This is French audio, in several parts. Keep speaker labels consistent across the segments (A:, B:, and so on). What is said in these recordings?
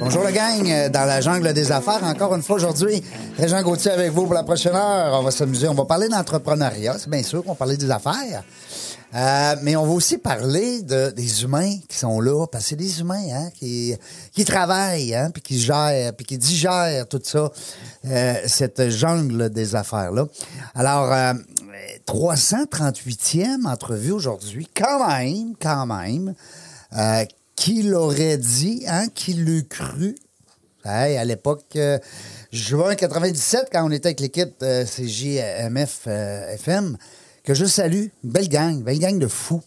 A: Bonjour le gang, euh, dans la jungle des affaires. Encore une fois aujourd'hui, Régent Gauthier avec vous pour la prochaine heure. On va s'amuser, on va parler d'entrepreneuriat, c'est bien sûr qu'on va parler des affaires. Euh, mais on va aussi parler de, des humains qui sont là, parce que c'est des humains hein, qui, qui travaillent, hein, puis qui gèrent, puis qui digèrent tout ça, euh, cette jungle des affaires-là. Alors, euh, 338e entrevue aujourd'hui, quand même, quand même. Euh, qui l'aurait dit, hein, qui l'eût cru? Hey, à l'époque, euh, juin 97, quand on était avec l'équipe euh, CJMF euh, FM, que je salue, belle gang, belle gang de fous.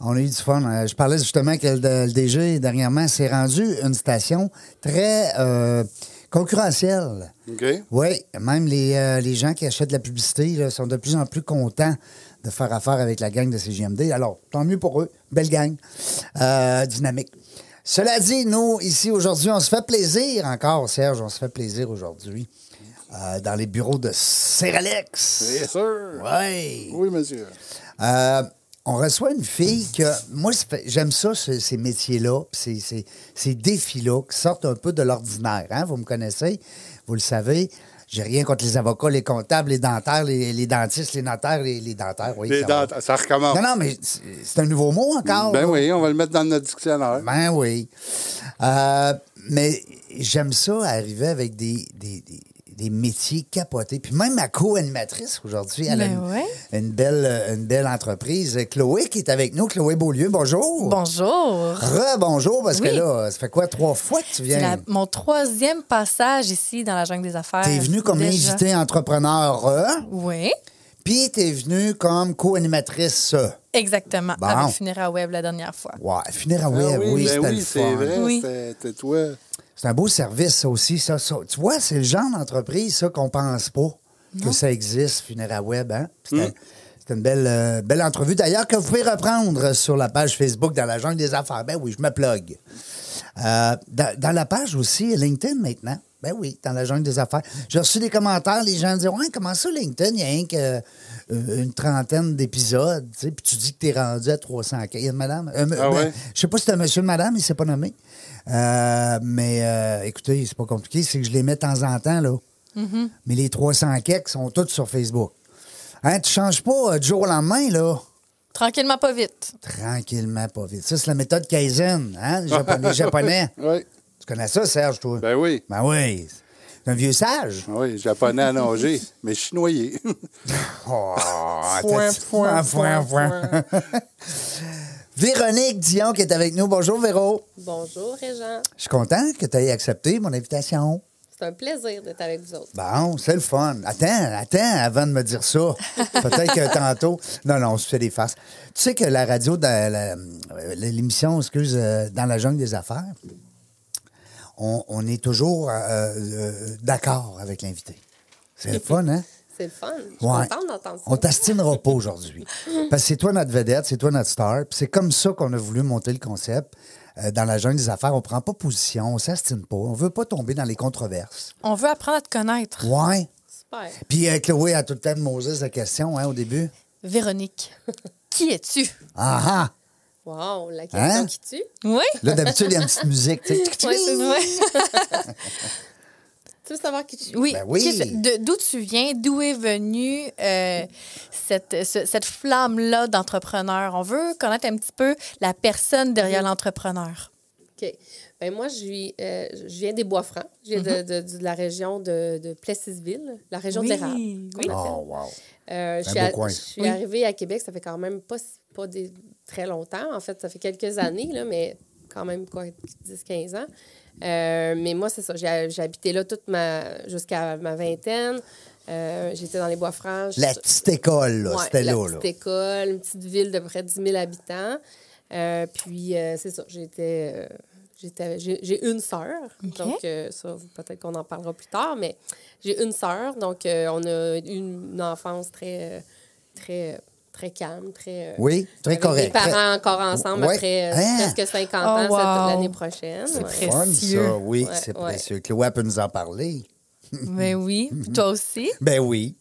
A: On a eu du fun. Euh, Je parlais justement que le, le DG, dernièrement, s'est rendu une station très euh, concurrentielle.
B: OK.
A: Oui, même les, euh, les gens qui achètent de la publicité là, sont de plus en plus contents de faire affaire avec la gang de CGMD. Alors, tant mieux pour eux. Belle gang. Euh, dynamique. Cela dit, nous, ici aujourd'hui, on se fait plaisir encore, Serge. On se fait plaisir aujourd'hui euh, dans les bureaux de Ceralex.
B: Bien sûr.
A: Oui.
B: Oui, monsieur.
A: Euh, on reçoit une fille que. Moi, ça fait- j'aime ça, ce- ces métiers-là, puis ces, ces- ces défis-là, qui sortent un peu de l'ordinaire. hein. Vous me connaissez, vous le savez. J'ai rien contre les avocats, les comptables, les dentaires, les, les dentistes, les notaires, les, les dentaires. Oui,
B: Les
A: ça va.
B: dents- ça recommence.
A: Non, non, mais c'est c'est un nouveau mot encore.
B: Ben
A: là.
B: oui, on va le mettre dans notre dictionnaire.
A: Ben oui. Euh, mais j'aime ça, arriver avec des, des, des- des métiers capotés. Puis même ma co-animatrice aujourd'hui, elle a
C: Ben
A: une,
C: ouais.
A: une belle, euh, une belle entreprise. Chloé qui est avec nous. Chloé Beaulieu, bonjour.
C: Bonjour.
A: Re-bonjour, parce que
C: Oui.
A: là, ça fait quoi, trois fois que tu
C: C'est la-
A: viens?
C: mon troisième passage ici dans la jungle des affaires.
A: T'es venu comme
C: Déjà.
A: invité entrepreneur, euh,
C: Oui,
A: puis t'es venu comme co-animatrice. euh.
C: exactement.
A: Bon.
C: Avec Funéra Web la dernière fois.
A: Ouais, finir à
B: Ah
A: web, oui,
B: ben
A: c'était
B: oui,
A: le
B: c'est
A: fun.
B: vrai.
C: Oui.
B: C'était toi.
A: C'est un beau service, ça aussi. Ça, ça. Tu vois, c'est le genre d'entreprise, ça, qu'on pense pas que ça existe, Funéra Web. Hein?
B: Hmm.
A: C'était c'était une belle, euh, belle entrevue, d'ailleurs, que vous pouvez reprendre sur la page Facebook dans la jungle des affaires. Ben oui, je me plug. Euh, dans, dans la page aussi, LinkedIn maintenant. Ben oui, dans la jungle des affaires. J'ai reçu des commentaires, les gens disent Ouais, comment ça, LinkedIn, il y a rien que, euh, une trentaine d'épisodes, tu sais, puis tu dis que tu es rendu à 300 Il y a une madame. euh,
B: Ah
A: ben,
B: ouais?
A: Je sais pas si c'est un monsieur ou madame, il s'est pas nommé. Euh, mais euh, écoutez, c'est pas compliqué, c'est que je les mets de temps en temps, là.
B: Mm-hmm.
A: Mais les 300 keks sont tous sur Facebook. Hein, tu changes pas euh, du jour au lendemain, là.
C: Tranquillement, pas vite.
A: Tranquillement, pas vite. Ça, c'est la méthode Kaizen, hein, les Japonais. les Japonais.
B: Oui.
A: Tu connais ça, Serge, toi?
B: Ben oui.
A: Ben oui. C'est un vieux sage.
B: Oui, japonais à nager, mais chinois.
A: Oh,
B: Foin,
A: t'as-
B: foin,
A: foin, foin. Véronique Dion qui est avec nous. Bonjour, Véro.
D: Bonjour, Régent.
A: Je suis content que tu aies accepté mon invitation.
D: C'est un plaisir d'être avec vous autres.
A: Bon, c'est le fun. Attends, attends, avant de me dire ça. Peut-être que tantôt. Non, non, on se fait des farces. Tu sais que la radio, dans la- euh, l'émission, excuse, euh, dans la jungle des affaires, on, on est toujours euh, euh, d'accord avec l'invité. C'est le fun, hein?
D: C'est le fun. Je suis
A: Ouais.
D: contente d'entendre ça.
A: On t'astinera pas aujourd'hui. Parce que c'est toi notre vedette, c'est toi notre star. Puis c'est comme ça qu'on a voulu monter le concept. Euh, dans la jungle des affaires, on prend pas position, on s'astine pas, on veut pas tomber dans les controverses.
C: On veut apprendre à te connaître.
A: Ouais.
D: Super.
A: Puis euh, Chloé a tout le temps posé la question hein, au début.
C: Véronique, qui es-tu?
A: Ah ah!
D: Wow, la question
A: Hein?
D: qui tue.
C: Oui.
A: Là, d'habitude, il y a une petite musique. tu sais.
D: Ouais, c'est ça.
C: Oui.
D: Tu veux savoir qui tue?
C: Oui.
A: Ben oui.
C: Qu'est-ce- de- D'où tu viens? D'où est venue euh, cette, ce- cette flamme-là d'entrepreneur? On veut connaître un petit peu la personne derrière l'entrepreneur.
D: OK. Ben moi, je, suis, euh, je viens des Bois-Francs. Je viens de- de, de- de la région de, de Plessisville, la région
C: Mhm. Oui,
D: des d'érable. qu'on
C: oui.
D: appelle.
A: Oh, wow.
D: Euh, je
A: un
D: suis,
A: beau
D: à-
A: coin.
D: je suis
C: Oui.
D: arrivée à Québec, ça fait quand même pas, si- pas des, très longtemps. En fait, ça fait quelques années, là, mais quand même quoi, 10-15 ans. Euh, mais moi, c'est ça. J'ai j'ai habité là toute ma jusqu'à ma vingtaine. Euh, J'étais dans les bois francs.
A: La petite école, là,
D: Ouais,
A: c'était
D: la
A: là. là.
D: petite école, une petite ville de près de 10 000 habitants. Euh, puis, euh, c'est ça, j'étais... euh, j'étais- J'ai j'ai une sœur,
C: OK.
D: donc euh, ça, peut-être qu'on en parlera plus tard, mais j'ai une sœur, donc euh, on a eu une, une enfance très, euh, très, euh, très calme, très... euh,
A: Oui, très
D: avec
A: correct.
D: Des parents encore ensemble
A: Ouais.
D: après euh,
A: Hein?
D: presque 50
C: Oh,
D: ans cette-
C: wow.
D: l'année prochaine. ouais.
C: précis.
A: C'est fun,
C: précieux.
A: ça, oui,
D: Ouais,
A: c'est
D: ouais.
A: précieux. Chloé peut nous en parler.
C: Ben oui, toi aussi.
A: Ben oui.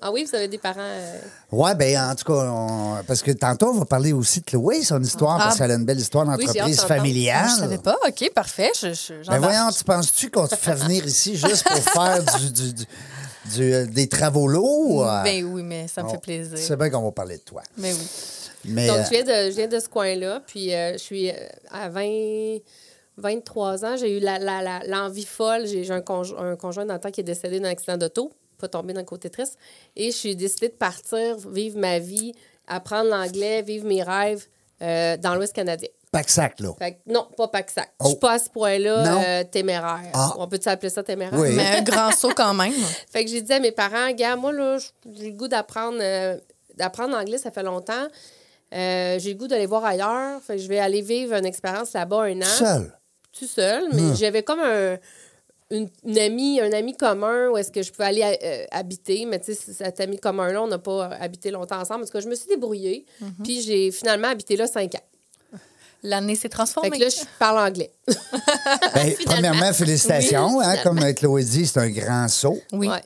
D: Ah oui, vous avez des parents... euh,
A: Ouais, ben en tout cas, on- parce que tantôt, on va parler aussi de Chloé, son histoire,
C: Ah.
A: parce qu'elle a une belle histoire
D: j'ai hâte
A: d'entreprise
D: d'entendre.
C: Ah,
A: familiale.
C: je savais pas. OK, parfait. Je, je,
A: Ben
C: j'embarque.
A: voyons, tu penses-tu qu'on te fait venir ici juste pour faire du, du- du- du, euh, des travaux lourds?
C: Ben oui, mais ça me
A: On-
C: fait plaisir.
A: C'est bien qu'on va parler de toi.
C: Mais oui.
A: Mais,
D: Donc,
A: euh,
D: je viens de, je viens de ce coin-là, puis euh, je suis euh, à 20, 23 ans, j'ai eu la- la- la- l'envie folle. J'ai j'ai un, conjo- un conjoint dans le temps qui est décédé d'un accident d'auto, pas tombé d'un côté triste. Et je suis décidée de partir, vivre ma vie, apprendre l'anglais, vivre mes rêves euh, dans l'Ouest canadien.
A: Pack-sac, là.
D: Fait que non, pas Pac-Sac. Je
A: Oh.
D: suis pas à ce
A: Non.
D: point-là euh, téméraire.
A: Ah.
D: On peut-tu appeler ça téméraire?
A: Oui.
C: Mais un grand saut quand même.
D: Fait que j'ai dit à mes parents, gars, moi, là, j- j'ai le goût d'apprendre euh, d'apprendre l'anglais, ça fait longtemps. Euh, j'ai le goût d'aller voir ailleurs. Fait que je vais aller vivre une expérience là-bas un an.
A: Seul.
D: Tout seul. Mais
A: Hmm.
D: j'avais comme un, une, une amie, un ami commun où est-ce que je pouvais aller euh, habiter. Mais tu sais, cet ami commun-là, on n'a pas euh, habité longtemps ensemble. En tout cas, je me suis débrouillée. Puis j'ai finalement habité là cinq ans.
C: L'année s'est transformée.
D: Fait que là, je parle anglais.
A: Ben, premièrement, félicitations.
D: Oui,
A: hein,
D: finalement.
A: comme Chloé dit, c'est un grand saut.
C: Oui.
D: Ouais.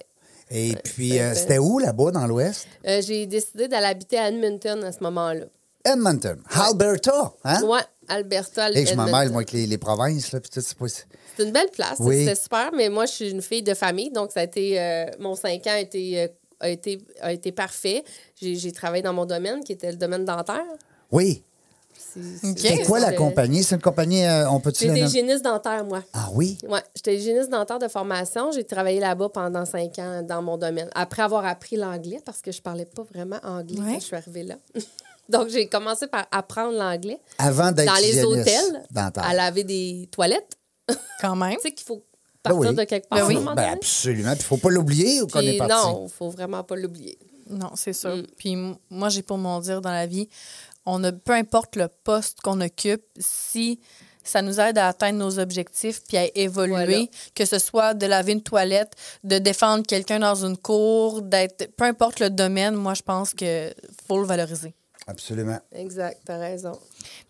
A: Et puis,
D: c'est
A: euh,
D: fait.
A: c'était où, là-bas, dans l'Ouest?
D: Euh, j'ai décidé d'aller habiter à Edmonton à ce moment-là.
A: Edmonton. Alberta, hein?
D: Ouais, Alberta.
A: Et je m'en
D: Edmonton.
A: mêle, moi, avec les, les provinces, là, puis tout, c'est pas...
D: C'est une belle place,
A: Oui.
D: c'était super, mais moi, je suis une fille de famille, donc ça a été. euh, mon 5 ans a été, euh, a été, a été parfait. J'ai j'ai travaillé dans mon domaine, qui était le domaine dentaire.
A: Oui.
D: C'est
C: Ok.
D: c'est-
A: C'est quoi la
D: c'est-
A: compagnie? C'est une compagnie, euh, on peut-tu la
D: J'étais
A: nommer?
D: hygiéniste dentaire, moi.
A: Ah oui?
D: Ouais, j'étais hygiéniste dentaire de formation. J'ai travaillé là-bas pendant cinq ans dans mon domaine. Après avoir appris l'anglais, parce que je parlais pas vraiment anglais
C: Ouais.
D: quand je suis arrivée là. Donc, j'ai commencé par apprendre l'anglais.
A: Avant d'être
D: Dans les
A: hygiéniste
D: hôtels,
A: dentaire.
D: à laver des toilettes.
C: Quand même.
D: Tu sais qu'il faut
A: Ben
D: partir
A: oui.
D: de quelque part.
A: Ben
D: à un
A: oui.
D: moment
A: Ben
D: donné.
A: absolument. Il ne faut pas l'oublier ou qu'on
D: Puis
A: est parti.
D: non, faut vraiment pas l'oublier.
C: Non, c'est sûr.
D: Mm.
C: Puis m- moi, j'ai pour mon dire dans la vie, on a, peu importe le poste qu'on occupe, si ça nous aide à atteindre nos objectifs puis à évoluer,
D: Voilà.
C: que ce soit de laver une toilette, de défendre quelqu'un dans une cour, d'être peu importe le domaine, moi je pense que faut le valoriser.
A: Absolument.
D: Exact, t'as raison.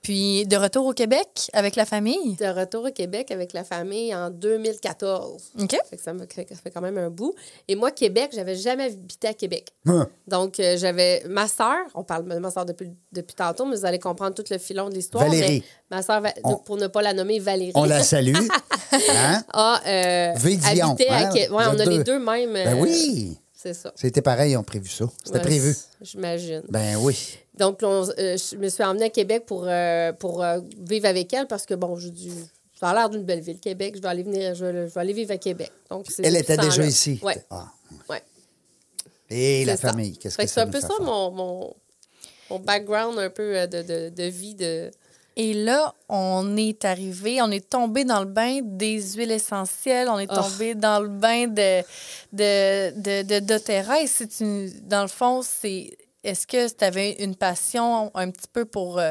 C: Puis de retour au Québec avec la famille.
D: De retour au Québec avec la famille en 2014.
C: OK.
D: Fait que ça me fait, ça fait quand même un bout. Et moi, Québec, j'avais jamais habité à Québec.
A: Hum.
D: Donc, euh, j'avais ma sœur, on parle de ma sœur depuis, depuis tantôt, mais vous allez comprendre tout le filon de l'histoire.
A: Valérie.
D: mais Ma sœur, Va-
A: On-
D: pour ne pas la nommer Valérie,
A: On la salue. Hein?
D: a, euh,
A: Védillon,
D: habitait à
A: hein?
D: Québec. Ouais,
A: Vous
D: on
A: êtes
D: a les
A: deux.
D: deux mêmes.
A: Ben
D: euh,
A: oui.
D: C'est ça.
A: C'était pareil, ils ont prévu ça. C'était
D: Ouais,
A: prévu.
D: J'imagine.
A: Ben oui.
D: Donc, on- euh, je me suis emmenée à Québec pour, euh, pour euh, vivre avec elle parce que, bon, j'ai dû. Ça a l'air d'une belle ville, Québec. Je vais aller, venir, je vais, je vais aller vivre à Québec. Donc, c'est
A: Elle
D: depuis
A: était
D: ce
A: déjà
D: temps-là.
A: ici.
D: Oui.
A: Ah.
D: Ouais,
A: Et la
D: c'est ça.
A: famille. Qu'est-ce
D: Fait
A: que
D: que c'est
A: ça
D: un peu
A: nous
D: ça,
A: fait faire?
D: mon, mon, mon background un peu euh, de, de, de vie. De...
C: Et là, on est arrivé, on est tombé dans le bain des huiles essentielles, on est
D: Oh.
C: tombé dans le bain de, de, de, de doTERRA. Et c'est une- dans le fond, c'est. Est-ce que tu avais une passion un petit peu pour euh,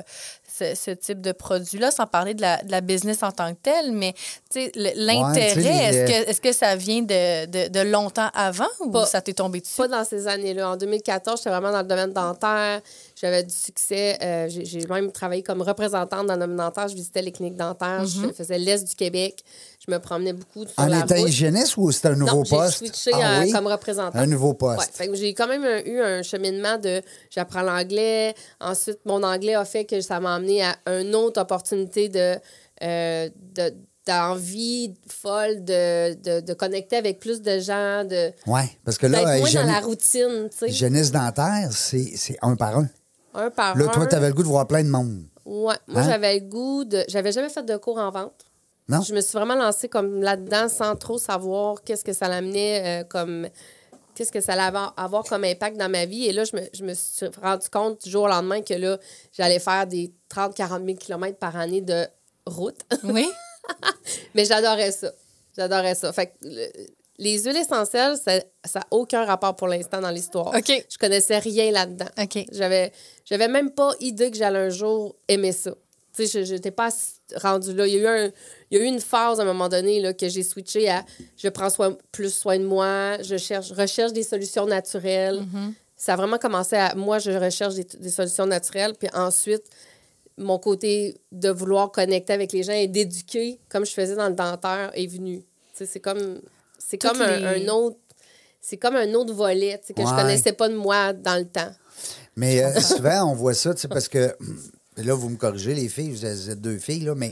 C: ce, ce type de produit-là, sans parler de la, de la business en tant que telle, mais tu sais, le- l'intérêt,
A: tu sais, les-
C: est-ce que, est que ça vient de, de, de longtemps avant ou
D: Pas-
C: ça t'est tombé dessus?
D: Pas dans ces années-là. En 2014, j'étais vraiment dans le domaine dentaire. J'avais du succès. Euh, j'ai- J'ai même travaillé comme représentante dans le domaine dentaire. Je visitais les cliniques dentaires. Je faisais l'Est du Québec. Je me promenais beaucoup sur
A: Mm-hmm. En
D: la
A: étant
D: route.
A: hygiéniste ou c'était un nouveau
D: non,
A: poste?
D: J'ai switché
A: Ah
D: euh,
A: oui?
D: comme représentant.
A: Un nouveau poste.
D: Ouais, fait que j'ai quand même un- eu un cheminement de j'apprends l'anglais. Ensuite, mon anglais a fait que ça m'a amené à une autre opportunité de, euh, de- d'envie folle de, de, de connecter avec plus de gens, de
A: Ouais, parce que là,
D: d'être moins dans
A: hygiéni-
D: la routine, tu sais,
A: hygiéniste dentaire, c'est c'est un par un.
D: un par
A: Là,
D: un.
A: toi, tu avais le goût de voir plein de monde.
D: Ouais, moi
A: Hein?
D: j'avais le goût de, j'avais jamais fait de cours en vente.
A: Non?
D: Je me suis vraiment lancée comme là-dedans sans trop savoir qu'est-ce que ça l'amenait euh, comme qu'est-ce que ça allait avoir, avoir comme impact dans ma vie. Et là, je me, je me suis rendu compte du jour au lendemain que là, j'allais faire des 30-40 000 kilomètres par année de route.
C: Oui.
D: Mais j'adorais ça. J'adorais ça. Fait que le- les huiles essentielles, ça n'a aucun rapport pour l'instant dans l'histoire.
C: OK.
D: Je connaissais rien là-dedans.
C: OK.
D: J'avais, j'avais même pas idée que j'allais un jour aimer ça. Tu sais, je- j'étais pas rendue là. Il y a eu un, il y a eu une phase à un moment donné là, que j'ai switché à je prends soin, plus soin de moi, je cherche, recherche des solutions naturelles.
C: Mm-hmm.
D: Ça a vraiment commencé à moi, je recherche des, des solutions naturelles. Puis ensuite, mon côté de vouloir connecter avec les gens et d'éduquer, comme je faisais dans le dentaire, est venu. Tu sais, C'est comme, c'est
C: Toutes
D: comme un,
C: les-
D: un autre. C'est comme un autre volet tu sais, que je
A: Ouais.
D: connaissais pas de moi dans le temps.
A: Mais euh, souvent, on voit ça, tu sais, parce que hum, là, vous me corrigez, les filles, vous êtes vous êtes deux filles, là, mais.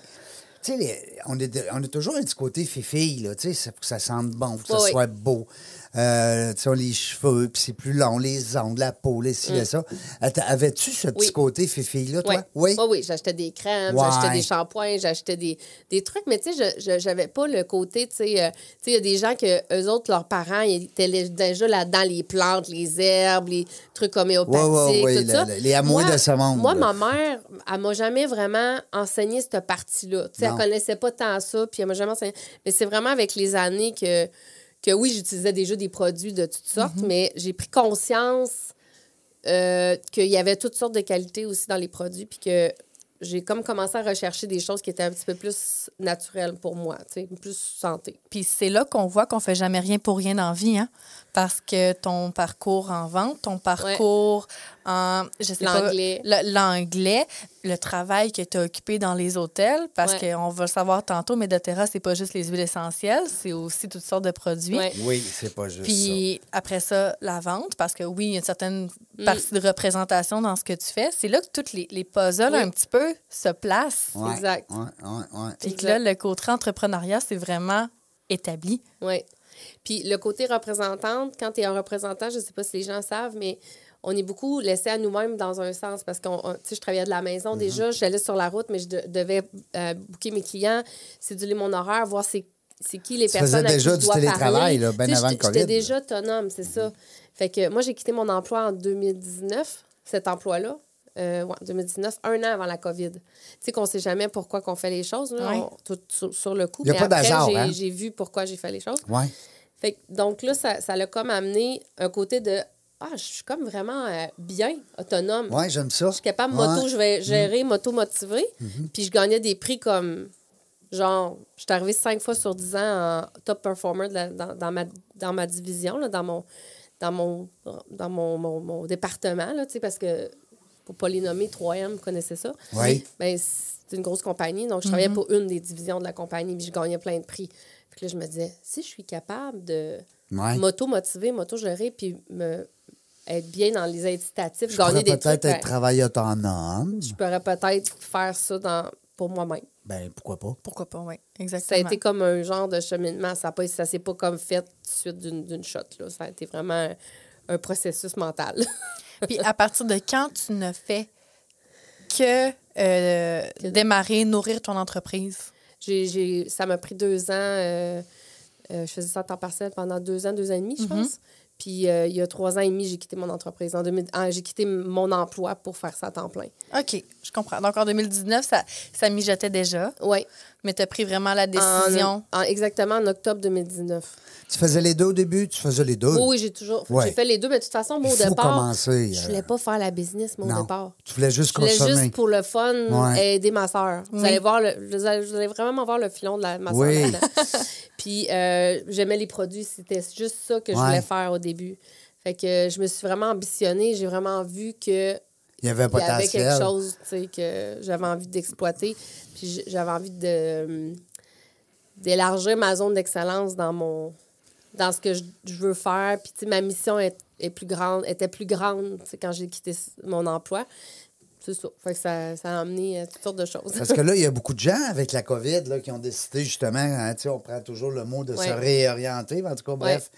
A: Tu sais, les- on, est, on a toujours un petit côté fille là, tu sais, c'est pour que ça sente bon, pour que ça
D: Ouais,
A: soit beau. Euh, tu sais, on a les cheveux, puis c'est plus long, les ongles, la peau, les cils, et ça. Attends, avais-tu ce petit
D: Mm. Oui.
A: côté fille là, toi?
D: Ouais. Oh, Ouais, Ah oui, j'achetais des crèmes,
A: Ouais.
D: j'achetais des shampoings, j'achetais des, des trucs, mais tu sais, je- je j'avais pas le côté, tu sais, euh, tu sais, il y a des gens que eux autres, leurs parents, ils étaient lé- déjà là-dedans, les plantes, les herbes, les trucs homéopathiques,
A: Ouais, ouais, ouais,
D: tout
A: le-
D: ça.
A: le- les amoureux
D: Moi-
A: de ce monde,
D: Moi,
A: là.
D: ma mère, elle m'a jamais vraiment enseigné cette partie-là. Tu sais, elle
A: Non.
D: connaissait pas tant ça, puis elle m'a jamais enseigné. Mais c'est vraiment avec les années que, que oui, j'utilisais déjà des produits de toutes sortes, mais j'ai pris conscience euh, qu'il y avait toutes sortes de qualités aussi dans les produits, puis que j'ai comme commencé à rechercher des choses qui étaient un petit peu plus naturelles pour moi, tu sais, plus santé.
C: Puis c'est là qu'on voit qu'on fait jamais rien pour rien dans la vie, hein? Parce que ton parcours en vente, ton parcours en. Je sais pas,
D: L'anglais.
C: le- l'anglais, le travail que tu as occupé dans les hôtels, parce
D: Ouais.
C: qu'on va le savoir tantôt, mais doTERRA, c'est pas juste les huiles essentielles, c'est aussi toutes sortes de produits.
D: Ouais.
A: Oui, c'est pas juste
C: Puis après ça, la vente, parce que oui, il y a une certaine
D: Mm.
C: partie de représentation dans ce que tu fais. C'est là que tous les, les puzzles,
D: Oui.
C: un petit peu, se placent.
A: ça. Ouais,
D: exact.
A: Ouais, ouais, ouais.
C: Puis que là, le côté entrepreneuriat, c'est vraiment établi.
D: Oui. Puis le côté représentante, quand tu es un représentant, je ne sais pas si les gens savent, mais on est beaucoup laissé à nous-mêmes dans un sens parce que je travaillais de la maison
A: Mhm.
D: déjà, j'allais sur la route, mais je de- devais euh, booker mes clients, céduler mon horaire, voir c'est c'est qui les
A: Tu
D: personnes
A: faisais
D: à qui
A: déjà
D: je
A: du
D: dois
A: télétravail,
D: parler.
A: là, ben
D: Tu sais,
A: avant le
D: j'étais-
A: COVID, Mhm.
D: J'étais
A: là.
D: déjà autonome, c'est ça. Fait que moi, j'ai quitté mon emploi en 2019, cet emploi-là. Euh, ouais, 2019, un an avant la COVID. Tu sais qu'on ne sait jamais pourquoi qu'on fait les choses, là,
C: Ouais.
D: on- tout- sur, sur le coup.
A: Y a
D: mais
A: pas
D: après,
A: d'hasard,
D: j'ai-
A: hein?
D: j'ai vu pourquoi j'ai fait les choses.
A: Ouais.
D: Fait que, donc là, ça ça l'a comme amené un côté de Ah, je suis comme vraiment euh, bien autonome.
A: Ouais, j'aime ça.
D: Je suis capable,
A: Ouais. Mm. Mm-hmm.
D: moto, je vais gérer, moto motivée. Puis je gagnais des prix comme genre, je suis arrivée cinq fois sur dix ans en top performer de la- dans, dans ma, dans ma division, là, dans mon dans mon dans mon, mon- mon département, là, tu sais, parce que pour pas les nommer, 3M connaissait ça.
A: Oui.
D: Ben, c'est une grosse compagnie, donc je
A: Mm-hmm.
D: travaillais pour une des divisions de la compagnie, puis je gagnais plein de prix. Puis là, je me disais, si je suis capable de
A: Ouais.
D: moto motivée, moto gérer, puis me être bien dans les incitatifs,
A: Je
D: gagner
A: pourrais
D: des
A: peut-être
D: trucs,
A: être
D: ben,
A: travailleur autonome.
D: je pourrais peut-être faire ça dans, pour moi-même.
A: Ben, pourquoi pas?
C: Pourquoi pas, oui.
D: Ça a
C: Exactement.
D: été comme un genre de cheminement. Ça a pas- ça s'est pas comme fait suite d'une d'une shot. Là. Ça a été vraiment un, un processus mental.
C: Puis à partir de quand tu ne fais que euh, démarrer, nourrir ton entreprise?
D: J'ai- j'ai- ça m'a pris deux ans. euh, euh, je faisais ça à temps partiel pendant deux ans, deux ans et
C: Mm-hmm.
D: demi, je pense. Puis euh, il y a trois ans et demi, j'ai quitté mon entreprise. En 2000 ah, j'ai quitté mon emploi pour faire ça à temps plein.
C: OK, je comprends. Donc en 2019, ça, ça mijotait déjà,
D: Oui.
C: mais tu as pris vraiment la décision.
D: exactement en octobre 2019.
A: Tu faisais les deux au début? Tu faisais les deux?
D: Oui, oui, j'ai toujours
A: Ouais.
D: j'ai fait les deux, mais de toute façon, moi, au
A: Il faut
D: départ,
A: commencer,
D: je
A: euh,
D: voulais pas faire la business, moi, au
A: non.
D: départ.
A: Tu voulais juste
D: Je voulais
A: consommer.
D: juste pour le fun
A: Ouais.
D: aider ma soeur. Vous,
C: Oui.
D: allez voir le- vous, allez, vous allez vraiment voir le filon de la, ma soeur.
A: Oui.
D: Puis euh, j'aimais les produits. C'était juste ça que je
A: Ouais.
D: voulais faire au début. Fait que je me suis vraiment ambitionnée. J'ai vraiment vu que
A: Il y avait un
D: il y avait
A: potentiel.
D: quelque chose tu sais, que j'avais envie d'exploiter. Puis j- j'avais envie de hum, d'élargir ma zone d'excellence dans mon dans ce que je, je veux faire. Puis tu sais, ma mission est, est plus grande, était plus grande tu sais, quand j'ai quitté s- mon emploi. C'est ça. Fait que ça, ça a amené euh, toutes sortes de choses.
A: Parce que là, il y a beaucoup de gens avec la COVID là, qui ont décidé justement, hein, tu sais, on prend toujours le mot de se
D: Ouais.
A: réorienter, mais en tout cas, bref.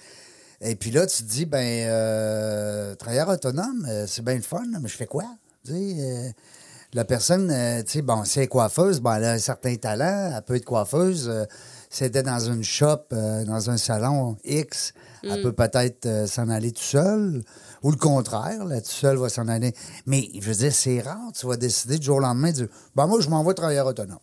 A: Et puis là, tu te dis, ben, euh, travailleur autonome, euh, c'est bien le fun, là, mais je fais quoi? Tu sais, euh, la personne, euh, tu sais, bon, si elle est coiffeuse, ben, elle a un certain talent, elle peut être coiffeuse. euh, si elle était dans une shop, euh, dans un salon X,
D: Mm.
A: elle peut peut-être euh, s'en aller tout seul. Ou le contraire, là, tout seul va s'en aller. Mais je veux dire, c'est rare, tu vas décider du jour au lendemain, de dire, ben, moi, je m'en vais travailleur autonome.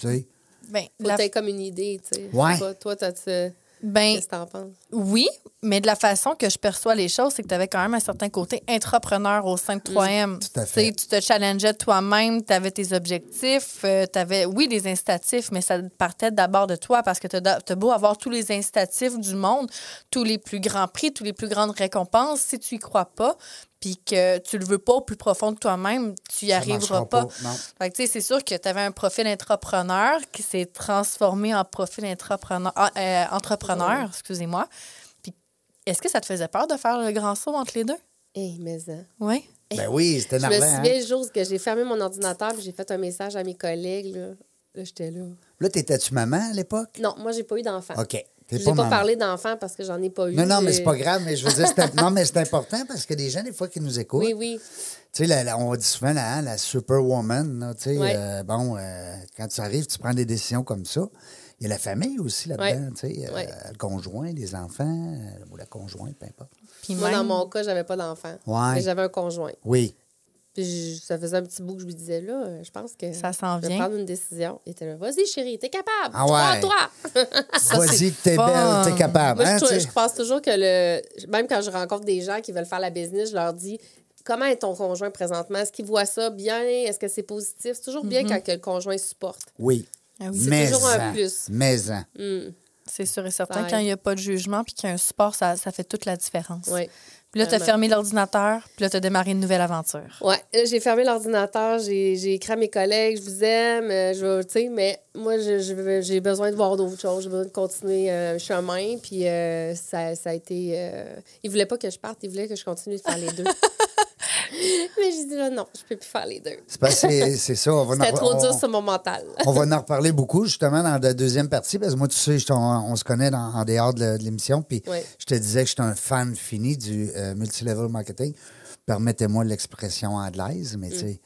A: tu sais.
C: Ben,
D: Faut
C: la-
D: que t'aies comme une idée, tu sais. Je sais
A: Ouais.
D: pas, toi, t'as- t'as-
C: ben,
D: qu'est-ce que t'en penses?
C: Oui, mais de la façon que je perçois les choses, c'est que tu avais quand même un certain côté entrepreneur au sein de 3M.
A: Tout à fait.
C: Tu sais, tu te challengeais toi-même, tu avais tes objectifs, tu avais, oui, des incitatifs, mais ça partait d'abord de toi parce que tu as beau avoir tous les incitatifs du monde, tous les plus grands prix, toutes les plus grandes récompenses, si tu y crois pas, puis que tu le veux pas au plus profond de toi-même, tu y
A: Ça
C: arriveras
A: marchera
C: pas.
A: pas, non.
C: Fait que, tu sais, c'est sûr que tu avais un profil entrepreneur qui s'est transformé en profil intrapreneur- ah, euh, entrepreneur, excusez-moi. Puis, est-ce que ça te faisait peur de faire le grand saut entre les deux?
D: Hey, mais ça.
C: Oui.
A: Ben oui, c'était
D: Eh, Je me
A: énervant.
D: souviens
A: hein.
D: le jour que j'ai fermé mon ordinateur puis j'ai fait un message à mes collègues. Là, Là, j'étais là.
A: Là, t'étais-tu maman à l'époque?
D: Non, moi, j'ai pas eu d'enfant.
A: OK. T'es
D: Ah, J'ai
A: pas
D: pas,
A: maman.
D: parlé euh. d'enfant parce que j'en ai pas eu.
A: Non, non, mais c'est pas
D: J'ai-
A: grave, mais je veux dire, c'est- non, mais c'est important parce que des gens, des fois, qui nous écoutent,
D: Oui, oui.
A: Tu sais, la- la- on dit souvent la, la superwoman, là, tu sais,
D: Ouais.
A: euh, bon, euh, quand tu arrives, tu prends des décisions comme ça. Il y a la famille aussi là-dedans,
D: Ouais.
A: tu sais, euh,
D: Ouais.
A: le conjoint, les enfants, euh, ou la conjointe, peu importe.
C: Puis
D: Moi,
C: même-
D: dans mon cas, j'avais pas d'enfant.
A: Ouais.
D: Mais j'avais un conjoint.
A: Oui.
D: Puis je- ça faisait un petit bout que je lui disais, là, euh, je pense que.
C: Ça s'en
D: je vais
C: vient.
D: prendre une décision. Il était là, vas-y, chérie, t'es capable.
A: Ah ouais.
D: Crois-toi. Ah,
A: Vas-y, que t'es
C: fun.
A: belle, t'es capable.
D: Moi, je
A: hein,
D: trou-
A: tu
D: je,
A: sais.
D: pense toujours que le. Même quand je rencontre des gens qui veulent faire la business, je leur dis comment est ton conjoint présentement? Est-ce qu'il voit ça bien? Est-ce que c'est positif? C'est toujours
C: Mhm.
D: bien quand que le conjoint supporte. Hmm,
A: Oui.
C: Ah oui. C'est
A: Mais
D: toujours un
A: en,
D: plus.
A: Mais en.
C: C'est sûr et certain.
D: Ouais.
C: Quand il n'y a pas de jugement puis qu'il y a un support, ça, ça fait toute la différence.
D: Oui.
C: Puis là, tu as
D: Vraiment.
C: fermé l'ordinateur, puis là, tu as démarré une nouvelle aventure.
D: Ouais, là, j'ai fermé l'ordinateur, j'ai j'ai écrit à mes collègues, je vous aime, euh, je veux- tu sais, mais moi, je- je veux- j'ai besoin de voir d'autres choses, j'ai besoin de continuer euh, un chemin, puis euh, ça, ça a été. euh, ils voulaient pas que je parte, ils voulaient que je continue de faire les deux. mais j'ai dit là, non, je peux plus faire les deux.
A: C'est parce que c'est- c'est ça. On va en
D: C'était
A: re-
D: trop
A: on-
D: dur sur mon mental.
A: on va en reparler beaucoup, justement, dans la deuxième partie, parce que moi, tu sais, je- on, on se connaît dans- en dehors de la- de l'émission, puis
D: Ouais.
A: je te disais que je suis un fan fini du euh, multilevel marketing. Permettez-moi l'expression anglaise, mais tu sais,
D: Mm.
A: euh,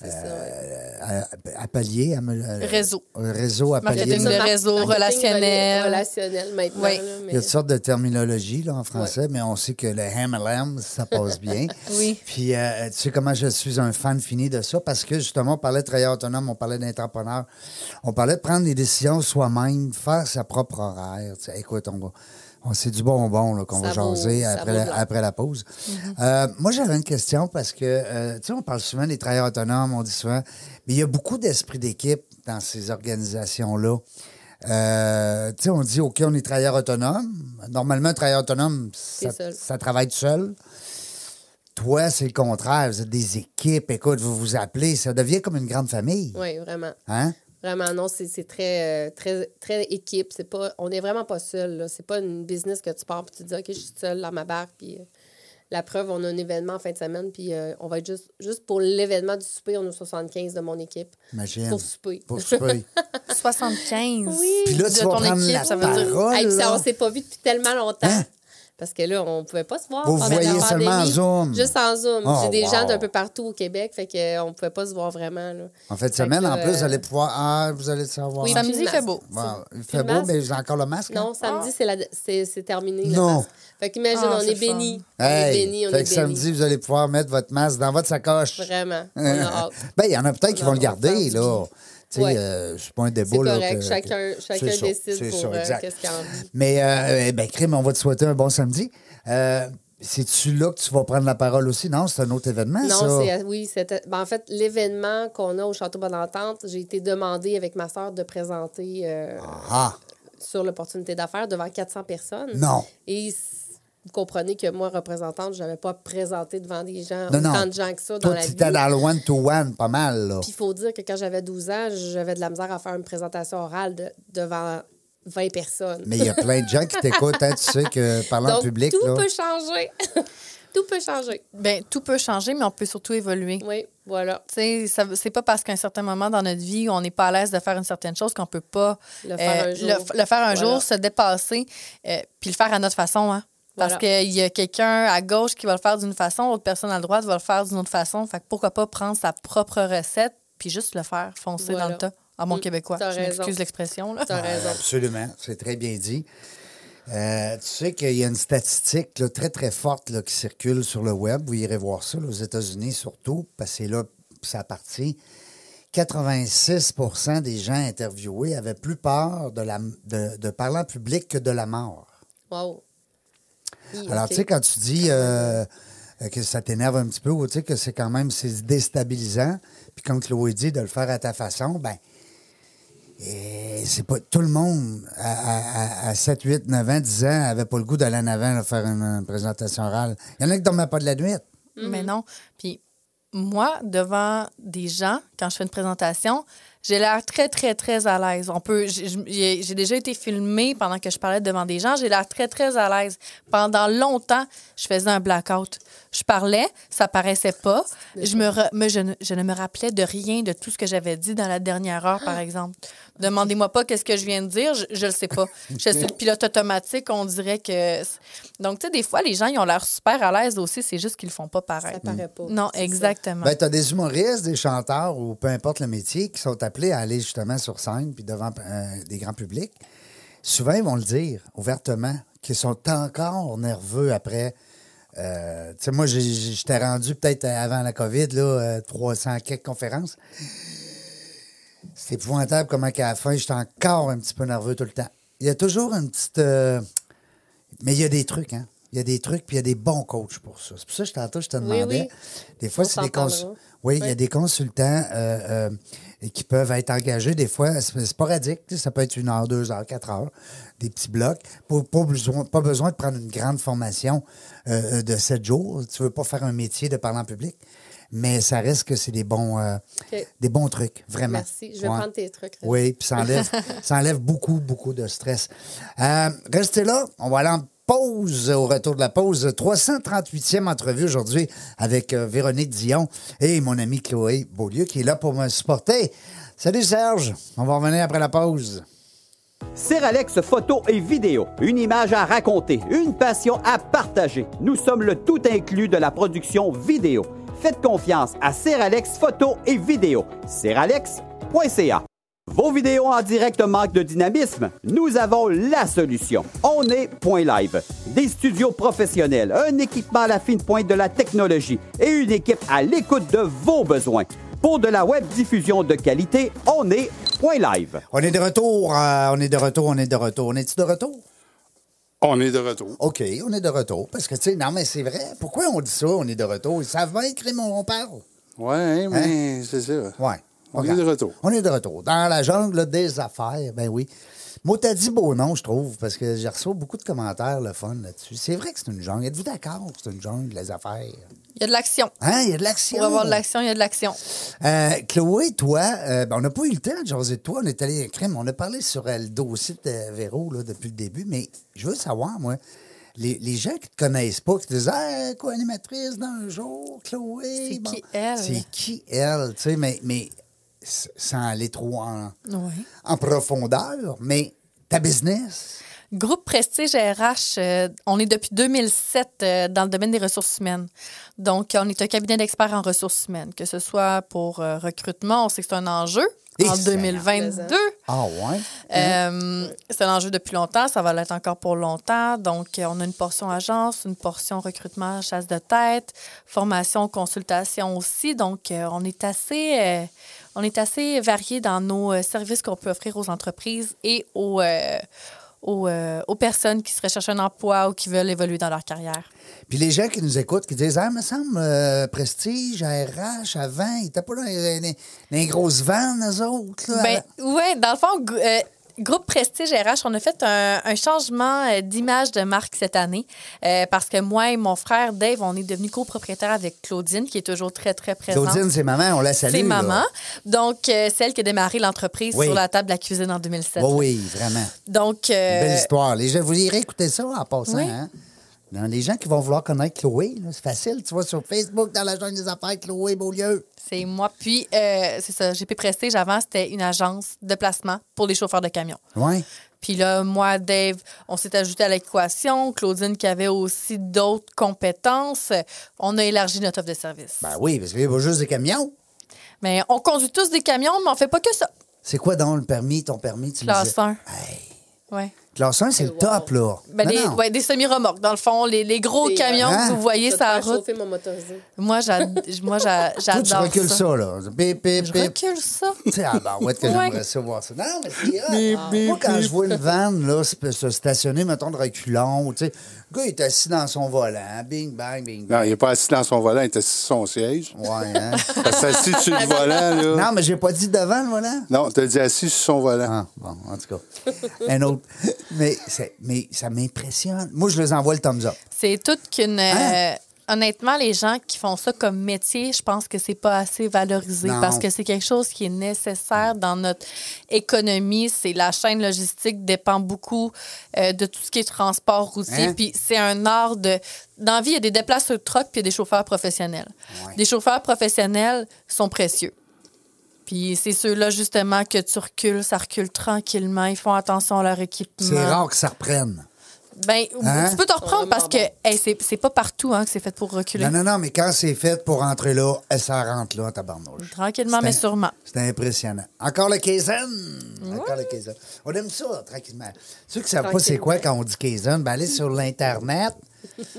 D: C'est ça, ouais.
A: à- à pallier, à me- à-
C: Réseau.
A: euh, Réseau, à pallier.
C: Marketing de
D: Mar-
C: réseau,
D: marketing
C: relationnel.
D: rela- Relationnel maintenant.
C: Oui.
D: là, mais-
A: Il y a toutes sortes de terminologie là, en français, mais on sait que le MLM, ça passe bien.
C: Oui.
A: Puis euh, tu sais comment je suis un fan fini de ça parce que justement, on parlait de travailleur autonome, on parlait d'entrepreneur, on parlait de prendre des décisions soi-même, faire sa propre horaire. Tu sais, écoute, on va. On c'est du bonbon là, qu'on
D: Ça
A: va
D: vaut-
A: jaser
D: ça
A: après
D: vaut
A: la,
D: de l'or.
A: après la pause.
D: Mhm.
A: Euh, moi, j'avais une question parce que, euh, tu sais, on parle souvent des travailleurs autonomes, on dit souvent, mais il y a beaucoup d'esprit d'équipe dans ces organisations-là. Euh, tu sais, on dit, OK, on est travailleur autonome. Normalement, un travailleur autonome, ça,
D: seul.
A: ça travaille tout seul. Toi, c'est le contraire. Vous êtes des équipes. Écoute, vous vous appelez. Ça devient comme une grande famille.
D: Oui, vraiment.
A: Hein?
D: Vraiment, non, c'est c'est très, euh, très, très équipe. C'est pas, on n'est vraiment pas seul. là. C'est pas une business que tu pars puis tu te dis, OK, je suis seul dans ma barque. Puis euh, la preuve, on a un événement en fin de semaine. Puis euh, on va être juste, juste pour l'événement du souper, on est 75 de mon équipe.
A: Imagine.
D: Pour souper.
A: Pour souper.
C: 75.
A: Puis là, tu vas
C: de ton
A: prendre
C: équipe,
A: la
C: ça veut dire.
A: parole,
D: Hey, puis ça,
A: là.
D: on s'est pas vu depuis tellement longtemps.
A: Hein?
D: Parce que là, on pouvait pas se voir.
A: Vous
D: pendant la
A: voyez seulement en
D: pandémie.
A: Zoom.
D: Juste en Zoom.
A: Oh,
D: J'ai des gens
A: wow.
D: d'un peu partout au Québec. Fait qu'on pouvait pas se voir vraiment. Là.
A: En fait,
D: Fait que
A: semaine, en
D: là,
A: plus, vous
D: euh,
A: allez pouvoir. Ah, vous allez savoir.
D: Oui,
C: Samedi,
D: puis
C: il
D: le
C: fait
D: masque.
C: beau.
A: Bon, il
D: Puis
A: fait
D: le
A: beau,
D: masque.
A: mais j'ai encore le masque. hein?
D: Non, samedi, c'est la- c'est c'est terminé. le
A: Non.
D: masque. Fait qu'imagine,
C: Ah,
D: on
C: c'est
D: est
C: fun.
D: béni. On est
A: Hey,
D: béni, on
A: fait
D: est
A: que
D: béni.
A: samedi, vous allez pouvoir mettre votre masque dans votre sacoche.
D: Vraiment. On a
A: ben,
D: hâte.
A: il y en a peut-être qui
D: On
A: vont
D: a
A: le
D: hâte.
A: garder, là. Tu sais,
D: Ouais.
A: euh, c'est pas un débat,
D: C'est
A: là,
D: correct.
A: que-
D: chacun
A: que-
D: chacun
A: c'est ça,
D: décide
A: c'est
D: pour
A: ça,
D: euh,
A: exact.
D: qu'est-ce qu'il a envie.
A: Mais, euh, eh ben, Crime, on va te souhaiter un bon samedi. Euh, C'est-tu là que tu vas prendre la parole aussi? Non, c'est un autre événement, Hein, ça.
D: Non, c'est oui, c'était ben, en fait l'événement qu'on a au Château Bonne Entente, j'ai été demandée avec ma sœur de présenter euh,
A: Ah,
D: sur l'opportunité d'affaires devant 400 personnes.
A: non.
D: Et s- vous comprenez que moi représentante, je n'avais pas présenté devant des gens
A: Non,
D: autant
A: non.
D: de gens que ça dans
A: Toi,
D: la
A: tu
D: vie.
A: étais dans le one-to-one, pas mal, là.
D: Puis il faut dire que quand j'avais 12 ans, j'avais de la misère à faire une présentation orale de- devant 20 personnes.
A: Mais il y a plein de gens qui t'écoutent, hein, tu sais, que parlant en
D: Donc,
A: public,
D: tout
A: là.
D: peut changer. tout peut changer.
C: Ben, tout peut changer, mais on peut surtout évoluer.
D: Oui, voilà.
C: Tu sais, ça- c'est pas parce qu'à un certain moment dans notre vie, on n'est pas à l'aise de faire une certaine chose qu'on peut pas euh,
D: Le faire un jour.
C: le- le faire un
D: Voilà.
C: jour, se dépasser, euh, puis le faire à notre façon. Hein? Parce
D: Voilà.
C: qu'il y a quelqu'un à gauche qui va le faire d'une façon, l'autre personne à droite va le faire d'une autre façon. Fait que pourquoi pas prendre sa propre recette puis juste le faire, foncer
D: Voilà. Mm,
C: dans le tas. En bon québécois,
D: t'as
C: je
D: raison.
C: m'excuse l'expression. là.
D: Tu as raison.
A: Euh, Absolument, c'est très bien dit. Euh, tu sais qu'il y a une statistique là, très, très forte là, qui circule sur le web. Vous irez voir ça, là, aux États-Unis surtout, parce que c'est là que ça appartient, 86 des gens interviewés avaient plus peur de, la, de, de parler en public que de la mort.
D: Wow. Hi,
A: Alors,
D: ok.
A: tu sais, quand tu dis euh, que ça t'énerve un petit peu ou tu sais que c'est quand même c'est déstabilisant, puis comme Chloé dit, de le faire à ta façon, ben et c'est pas tout le monde à, à- à- à 7, 8, 9 ans, 10 ans avait pas le goût d'aller en avant là, faire une, une présentation orale. Il y en a qui dormaient pas de la nuit.
D: mm-hmm.
C: Mais non. Puis moi, devant des gens, quand je fais une présentation, j'ai l'air très, très, très à l'aise. On peut, j'ai- j'ai j'ai déjà été filmée pendant que je parlais devant des gens. J'ai l'air très, très à l'aise. Pendant longtemps, je faisais un blackout. Je parlais, ça paraissait pas. Je, me ra- mais je, ne, je ne me rappelais de rien de tout ce que j'avais dit dans la dernière heure, par exemple. Demandez-moi pas qu'est-ce que je viens de dire, je- je ne le sais pas. Je suis le pilote automatique, on dirait que... Donc, tu sais, des fois, les gens, ils ont l'air super à l'aise aussi, c'est juste qu'ils le font pas pareil.
D: Ça paraît pas.
C: Non,
D: C'est ça.
C: exactement.
A: Ben, tu as des humoristes, des chanteurs ou peu importe le métier qui sont appelés à aller justement sur scène puis devant euh, des grands publics. Souvent, ils vont le dire ouvertement qu'ils sont encore nerveux après. Euh, tu sais, moi, j'ai- j'ai- j'étais rendu peut-être avant la COVID, là, euh, 300 quelques conférences. C'est épouvantable comment qu'à la fin, j'étais encore un petit peu nerveux tout le temps. Il y a toujours une petite... euh, Mais il y a des trucs, hein. Il y a des trucs, puis il y a des bons coachs pour ça. C'est pour ça que tantôt, je te demandais... Des fois,
D: On
A: c'est des
D: s'en
A: cons-
D: parlera.
A: Oui, il y a
D: Oui.
A: des consultants euh, euh, qui peuvent être engagés, des fois, c'est sporadique. tu sais, Ça peut être une heure, deux heures, quatre heures, des petits blocs. Pas, pas besoin, pas besoin de prendre une grande formation euh, de sept jours. Tu veux pas faire un métier de parler en public. Mais ça reste que c'est des bons, euh,
D: Ok.
A: des bons trucs, vraiment.
D: Merci. Je vais
A: Ouais.
D: prendre tes trucs. Rémi.
A: Oui, puis ça enlève, ça enlève beaucoup, beaucoup de stress. Euh, restez là, on va aller en pause, au retour de la pause. 338e entrevue aujourd'hui avec euh, Véronique Dion et mon ami Chloé Beaulieu qui est là pour me supporter. Salut Serge, on va revenir après la pause.
E: Alex photo et vidéo. Une image à raconter, une passion à partager. Nous sommes le tout inclus de la production vidéo. Faites confiance à Alex photo et vidéo. Seralex.ca. Vos vidéos en direct manquent de dynamisme? Nous avons la solution. On est Point Live. Des studios professionnels, un équipement à la fine pointe de la technologie et une équipe à l'écoute de vos besoins. Pour de la web diffusion de qualité, on est Point Live.
A: On est de retour, euh, on est de retour, on est de retour. On est-tu de retour?
B: On est de retour.
A: OK, on est de retour. Parce que, tu sais, non, mais c'est vrai. Pourquoi on dit ça, on est de retour? Ils savent bien écrire, mais on parle.
B: Ouais, hein, mais c'est ça.
A: Hein? Ouais.
B: On est
A: Regarde.
B: de retour.
A: On est de retour. Dans la jungle des affaires, ben oui. Moi, t'as dit beau nom, je trouve, parce que j'ai reçu beaucoup de commentaires, le fun là-dessus. C'est vrai que c'est une jungle. Êtes-vous d'accord que c'est une jungle, les affaires?
C: Il y a de l'action.
A: Hein, il y a de l'action.
C: Pour avoir de l'action, il y a de l'action.
A: Euh, Chloé, toi, euh, ben, on n'a pas eu le temps de jaser de toi. On est allé à crème. On a parlé sur euh, le dossier de euh, Véro là, depuis le début, mais je veux savoir, moi, les, les gens qui te connaissent pas, qui te disent Ah, quoi, animatrice d'un jour, Chloé.
C: C'est qui elle?
A: C'est qui elle, tu sais, mais, mais s- sans aller trop en,
C: Oui.
A: en profondeur, mais ta business.
C: Groupe Prestige RH, euh, on est depuis 2007 euh, dans le domaine des ressources humaines. Donc, on est un cabinet d'experts en ressources humaines, que ce soit pour euh, recrutement, on sait que c'est un enjeu
A: Et
C: en
A: c'est
C: 2022.
A: Ah, ouais.
C: Euh, c'est un enjeu depuis longtemps, ça va l'être encore pour longtemps. Donc, euh, on a une portion agence, une portion recrutement, chasse de tête, formation, consultation aussi. Donc, euh, on est assez, euh, on est assez varié dans nos euh, services qu'on peut offrir aux entreprises et aux, euh, aux, euh, aux personnes qui se recherchent un emploi ou qui veulent évoluer dans leur carrière.
A: Puis les gens qui nous écoutent, qui disent Ah, me semble, euh, Prestige, RH, avant, ils étaient pas là, dans les- dans les grosses vannes, eux autres. Là,
C: Ben, oui, dans le fond, gou- euh, Groupe Prestige RH, on a fait un, un changement euh, d'image de marque cette année euh, parce que moi et mon frère Dave, on est devenus copropriétaires avec Claudine, qui est toujours très, très présente.
A: Claudine, c'est maman, on la salue.
C: c'est
A: là.
C: maman. Donc, euh, celle qui a démarré l'entreprise
A: Oui.
C: sur la table de la cuisine en 2007.
A: Oui, oui, vraiment.
C: Donc, euh,
A: Belle histoire. Les gens, vous irez écouter ça en passant.
C: Oui.
A: hein? Non, les gens qui vont vouloir connaître Chloé, là, c'est facile. Tu vois, sur Facebook, dans la jungle des affaires, Chloé Beaulieu.
C: c'est moi. Puis, euh, c'est ça, GP Prestige, avant, c'était une agence de placement pour les chauffeurs de camions.
A: Oui.
C: Puis là, moi, Dave, on s'est ajouté à l'équation. Claudine qui avait aussi d'autres compétences. On a élargi notre offre de service.
A: Ben oui, parce qu'il y a pas juste des camions.
C: Mais on conduit tous des camions, mais on fait pas que ça.
A: C'est quoi donc le permis, ton permis? Tu me
C: Classe
A: disais?
C: un.
A: Hey,
C: Ouais.
A: Classe 1, c'est le
D: Wow.
A: top, là.
C: Ben,
A: Non,
C: des,
A: non.
C: ouais, des semi-remorques, dans le fond, les, les gros
D: Des- Ah.
C: camions
A: Hein?
C: que vous voyez
D: Je vais te
C: ça
D: faire
C: route.
D: chauffer mon motorisé.
C: Moi, j'ad- moi, j'a-
A: Toi, tu
C: j'adore
A: recules
C: ça.
A: ça, là. Pip, pip,
C: Je
A: pip.
C: recule ça.
A: Tu sais, ah, ben, ouais, que
C: Ouais.
A: j'aimerais ça voir ça. Non, mais c'est hot. Ah. Moi, quand je vois une vanne, là, se, se stationner, mettons, de reculons, tu sais, le gars, il est assis dans son volant, bing, bang, bing, bang.
B: Non, il n'est pas assis dans son volant, il est assis sur son siège.
A: Ouais, hein.
B: Il est assis sur le volant, là.
A: non, mais j'ai pas dit devant le volant.
B: Non, t'as dit assis sur son volant.
A: Ah, bon, en tout cas. Un autre. Mais, c'est- mais ça m'impressionne. Moi, je les envoie le thumbs up.
C: C'est toute qu'une.
A: Hein?
C: euh, honnêtement, les gens qui font ça comme métier, je pense que c'est pas assez valorisé
A: Non.
C: parce que c'est quelque chose qui est nécessaire dans notre économie. C'est la chaîne logistique dépend beaucoup euh, de tout ce qui est transport routier.
A: Hein?
C: Puis c'est un art de. Dans la vie, il y a des déplaceurs de truck puis il y a des chauffeurs professionnels.
A: Ouais.
C: Des chauffeurs professionnels sont précieux. Puis c'est ceux-là, justement, que tu recules, ça recule tranquillement. Ils font attention à leur équipement.
A: C'est rare que ça reprenne.
C: Ben,
A: Hein?
C: tu peux te reprendre
D: Vraiment
C: parce que
D: bon.
C: hey, c'est c'est pas partout hein, que c'est fait pour reculer.
A: Non, non, non, mais quand c'est fait pour rentrer là, elle, ça rentre là, en tabarnouche.
C: Tranquillement,
A: C'est
C: mais
A: un-
C: sûrement.
A: C'est impressionnant. Encore le Kaizen. Encore le Kaizen. On aime ça, tranquillement. Ceux qui ne savent pas c'est quoi quand on dit Kaizen, ben allez sur l'Internet.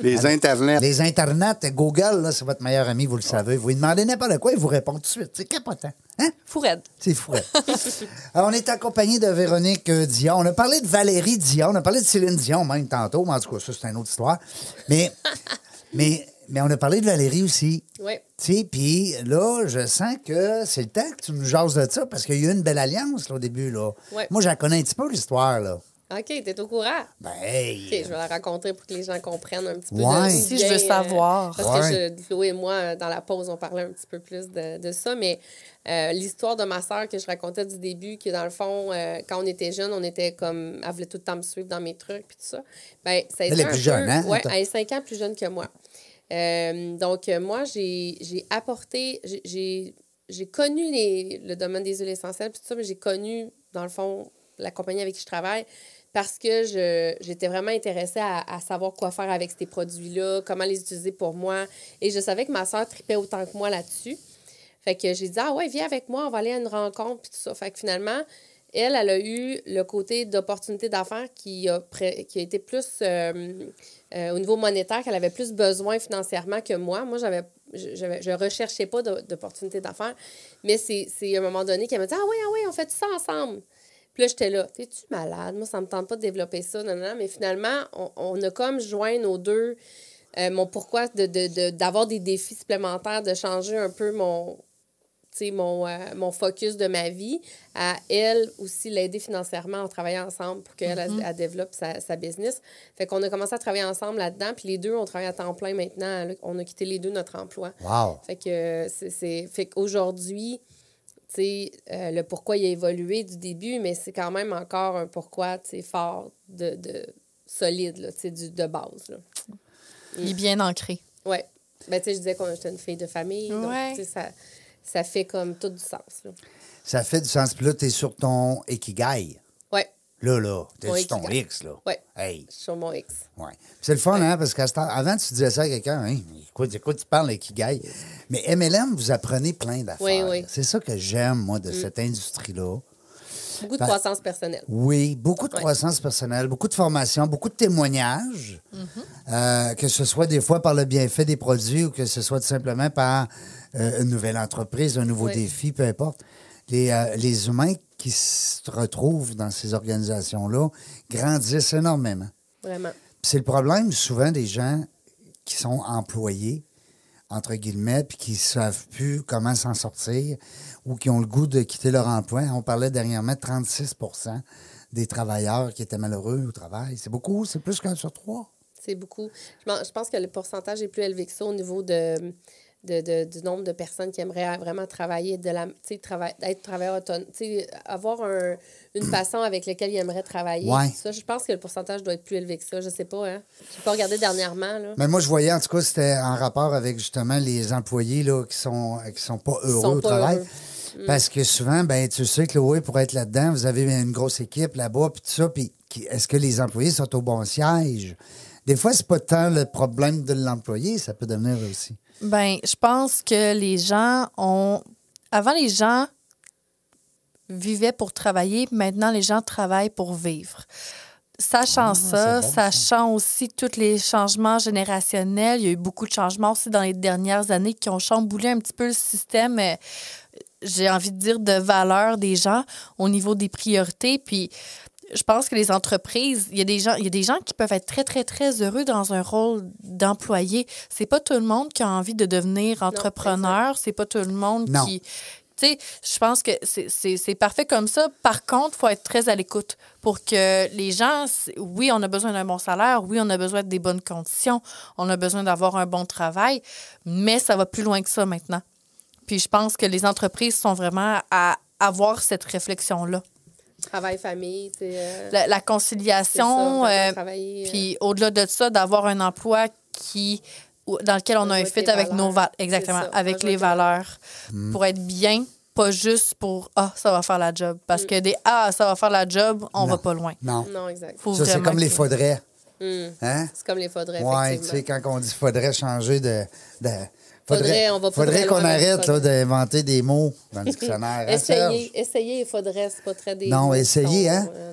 B: Les internets.
A: Ah. Les Internets, Google, là, c'est votre meilleur ami, vous le savez. Vous lui demandez n'importe quoi, il vous répond tout de suite. C'est capotant. Hein?
C: Fourette.
A: C'est fou. Alors, on est accompagné de Véronique euh, Dion. On a parlé de Valérie Dion. On a parlé de Céline Dion même tantôt. Mais en tout cas, ça, c'est une autre histoire. Mais, mais, mais on a parlé de Valérie aussi.
D: Oui.
A: Tu sais, puis là, je sens que c'est le temps que tu nous jases de ça parce qu'il y a eu une belle alliance là, au début. Là.
D: Ouais.
A: Moi, j'en connais un petit peu l'histoire. Là.
D: OK, t'es au courant?
A: Ben, hey.
D: OK, je vais la raconter pour que les gens comprennent un petit peu.
A: Ouais.
D: de-
C: Si
D: bien,
C: je veux
D: euh,
C: savoir.
D: Parce
A: Ouais.
D: que je- Chloé et moi, euh, dans la pause, on parlait un petit peu plus de, de ça, mais euh, l'histoire de ma sœur que je racontais du début, que dans le fond, euh, quand on était jeunes, on était comme, elle voulait tout le temps me suivre dans mes trucs, puis tout ça. Ben, ça a
A: Elle
D: été
A: est
D: un
A: plus
D: peu-
A: jeune, hein?
D: Ouais,
A: Attends.
D: elle est cinq ans plus jeune que moi. Euh, donc, euh, moi, j'ai j'ai apporté, j'ai- j'ai j'ai connu les- le domaine des huiles essentielles, puis tout ça, mais j'ai connu, dans le fond, la compagnie avec qui je travaille parce que je- j'étais vraiment intéressée à, à savoir quoi faire avec ces produits-là, comment les utiliser pour moi. Et je savais que ma soeur tripait autant que moi là-dessus. Fait que j'ai dit, ah ouais, viens avec moi, on va aller à une rencontre, puis tout ça. Fait que finalement, elle, elle a eu le côté d'opportunité d'affaires qui a, pré- qui a été plus euh, euh, au niveau monétaire, qu'elle avait plus besoin financièrement que moi. Moi, j'avais, je- j'avais- je recherchais pas d'o- d'opportunité d'affaires, mais c'est, c'est à un moment donné qu'elle m'a dit, ah oui, ah oui, on fait tout ça ensemble. Puis là, j'étais là, t'es-tu malade? Moi, ça me tente pas de développer ça, non, non, non. Mais finalement, on, on a comme joint nos deux, euh, mon pourquoi de, de- de- d'avoir des défis supplémentaires, de changer un peu mon, tu sais, mon, euh, mon focus de ma vie, à elle aussi l'aider financièrement en travaillant ensemble pour qu'elle elle- elle développe sa, sa business. Fait qu'on a commencé à travailler ensemble là-dedans, puis les deux, on travaille à temps plein maintenant. là. On a quitté les deux notre emploi.
A: Wow.
D: Fait que euh, c'est- c'est fait qu'aujourd'hui, tu sais, euh, le pourquoi il a évolué du début, mais c'est quand même encore un pourquoi, tu sais, fort, de, de solide, là, tu sais, du- de base, là.
C: Il est bien ancré.
D: Ouais. Ben, tu sais, je disais qu'on était une fille de famille, donc,
C: Ouais.
D: tu sais, ça, ça fait comme tout du sens, là.
A: Ça fait du sens. Puis là, tu es sur ton Ikigai.
D: Ouais,
A: Là, là. Tu es
D: Mon
A: sur ton
D: Ikigai.
A: X, là.
D: ouais.
A: Hey.
D: Sur mon X.
A: Ouais. Puis C'est le fun, hein, parce qu'avant, tu disais ça à quelqu'un, hein, écoute, écoute, tu parles Ikigai. Mais MLM, vous apprenez plein d'affaires.
D: Oui, oui. Mm.
A: C'est ça que j'aime, moi, de cette industrie-là.
D: Beaucoup de
A: Ben-
D: croissance personnelle.
A: Oui, beaucoup de
D: Ouais.
A: croissance personnelle, beaucoup de formation, beaucoup de témoignages, Euh, que ce soit des fois par le bienfait des produits ou que ce soit tout simplement par euh, une nouvelle entreprise, un nouveau
D: Oui.
A: défi, peu importe. Les, euh, les humains qui se retrouvent dans ces organisations-là grandissent énormément.
D: Vraiment.
A: Puis C'est le problème souvent des gens qui sont employés, entre guillemets, puis qui ne savent plus comment s'en sortir ou qui ont le goût de quitter leur emploi. On parlait dernièrement de 36 des travailleurs qui étaient malheureux au travail. C'est beaucoup, c'est plus qu'un sur trois.
D: C'est beaucoup. Je, m'en- je pense que le pourcentage est plus élevé que ça au niveau de, de- de- du nombre de personnes qui aimeraient vraiment travailler, de la, tu sais, trava- être travailleur autonome, tu sais, avoir un- une façon avec laquelle ils aimeraient travailler.
A: Ouais.
D: Ça, je pense que le pourcentage doit être plus élevé que ça. Je sais pas, hein. J'ai pas regardé dernièrement, là.
A: Mais moi, je voyais, en tout cas, c'était en rapport avec justement les employés là, qui sont, qui sont pas heureux
D: sont
A: au
D: pas
A: travail.
D: heureux. Mm.
A: Parce que souvent, ben, tu sais, Chloé, pour être là-dedans, vous avez une grosse équipe là-bas, puis tout ça, puis qui- est-ce que les employés sont au bon siège? Des fois, c'est pas tant le problème de l'employé, ça peut devenir aussi.
C: Ben, je pense que les gens ont. Avant, les gens vivaient pour travailler. Maintenant, les gens travaillent pour vivre. Sachant ça,
A: Ah, c'est bon,
C: sachant aussi tous les changements générationnels, il y a eu beaucoup de changements aussi dans les dernières années qui ont chamboulé un petit peu le système, euh, j'ai envie de dire, de valeur des gens au niveau des priorités. Puis je pense que les entreprises, il y a des gens, il y a des gens qui peuvent être très, très, très heureux dans un rôle d'employé. C'est pas tout le monde qui a envie de devenir entrepreneur. C'est pas tout le monde
A: Non.
C: qui. Tu sais, je pense que c'est- c'est c'est parfait comme ça. Par contre, il faut être très à l'écoute pour que les gens, c'est- oui, on a besoin d'un bon salaire, oui, on a besoin des bonnes conditions, on a besoin d'avoir un bon travail, mais ça va plus loin que ça maintenant. Puis je pense que les entreprises sont vraiment à avoir cette réflexion-là
D: Travail, famille, tu sais. euh,
C: la, la
D: C'est
C: conciliation.
D: ça, vraiment
C: euh,
D: travailler, euh.
C: puis au-delà de ça, d'avoir un emploi qui ou- dans lequel on a un
D: Avec
C: fit
D: les
C: avec nos
D: valeurs.
C: valeurs. Exactement,
D: C'est ça,
C: avec
D: rejoindre
C: les
D: les
C: valeurs.
A: Hmm.
C: Pour être bien, pas juste pour Ah, ça va faire la job.
D: Hmm.
C: Parce que des Ah, ça va faire la job, on va pas loin.
A: Non.
D: Non, exact.
C: Faut
A: Ça, c'est
C: vraiment
A: comme les
C: que-
A: faudrais. Hein?
D: C'est comme les faudrais,
A: Ouais, tu sais,
D: effectivement.
A: quand on dit faudrait changer de. de-
D: Faudrait, on va pas
A: faudrait
D: très
A: qu'on
D: loin,
A: arrête là,
D: faudrait.
A: d'inventer des mots dans le dictionnaire. hein, Serge?
D: Essayez, essayez, il faudrait, c'est pas très des.
A: Non,
D: des
A: essayez,
D: sons,
A: hein?
D: euh,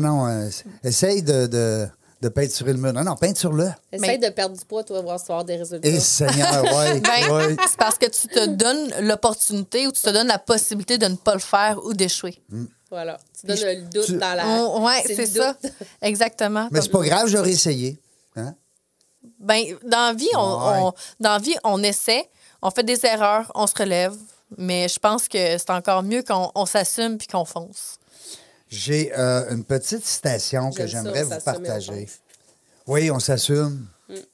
A: Non, non, euh, essaye de, de, de peinturer le mur. Non, non, peinture-le.
D: Essaye
C: Mais-
D: de perdre du poids, toi, voir si tu vas avoir des résultats.
A: Et Seigneur, ouais,
C: Ben,
A: ouais.
C: C'est parce que tu te donnes l'opportunité ou tu te donnes la possibilité de ne pas le faire ou d'échouer.
D: Voilà. Tu donnes le doute dans la.
C: On- ouais, c'est
D: le
C: ça.
D: doute.
C: Exactement.
A: Mais c'est pas grave, j'aurais essayé. Hein?
C: Ben, dans la vie, on,
A: Ouais.
C: on- dans la vie, on essaie, on fait des erreurs, on se relève, mais je pense que c'est encore mieux qu'on on s'assume puis qu'on fonce.
A: J'ai euh, une petite citation que
D: J'aime ça,
A: j'aimerais
D: on
A: vous
D: s'assume et on Mm.
A: partager.
D: fonce.
A: Oui, on s'assume.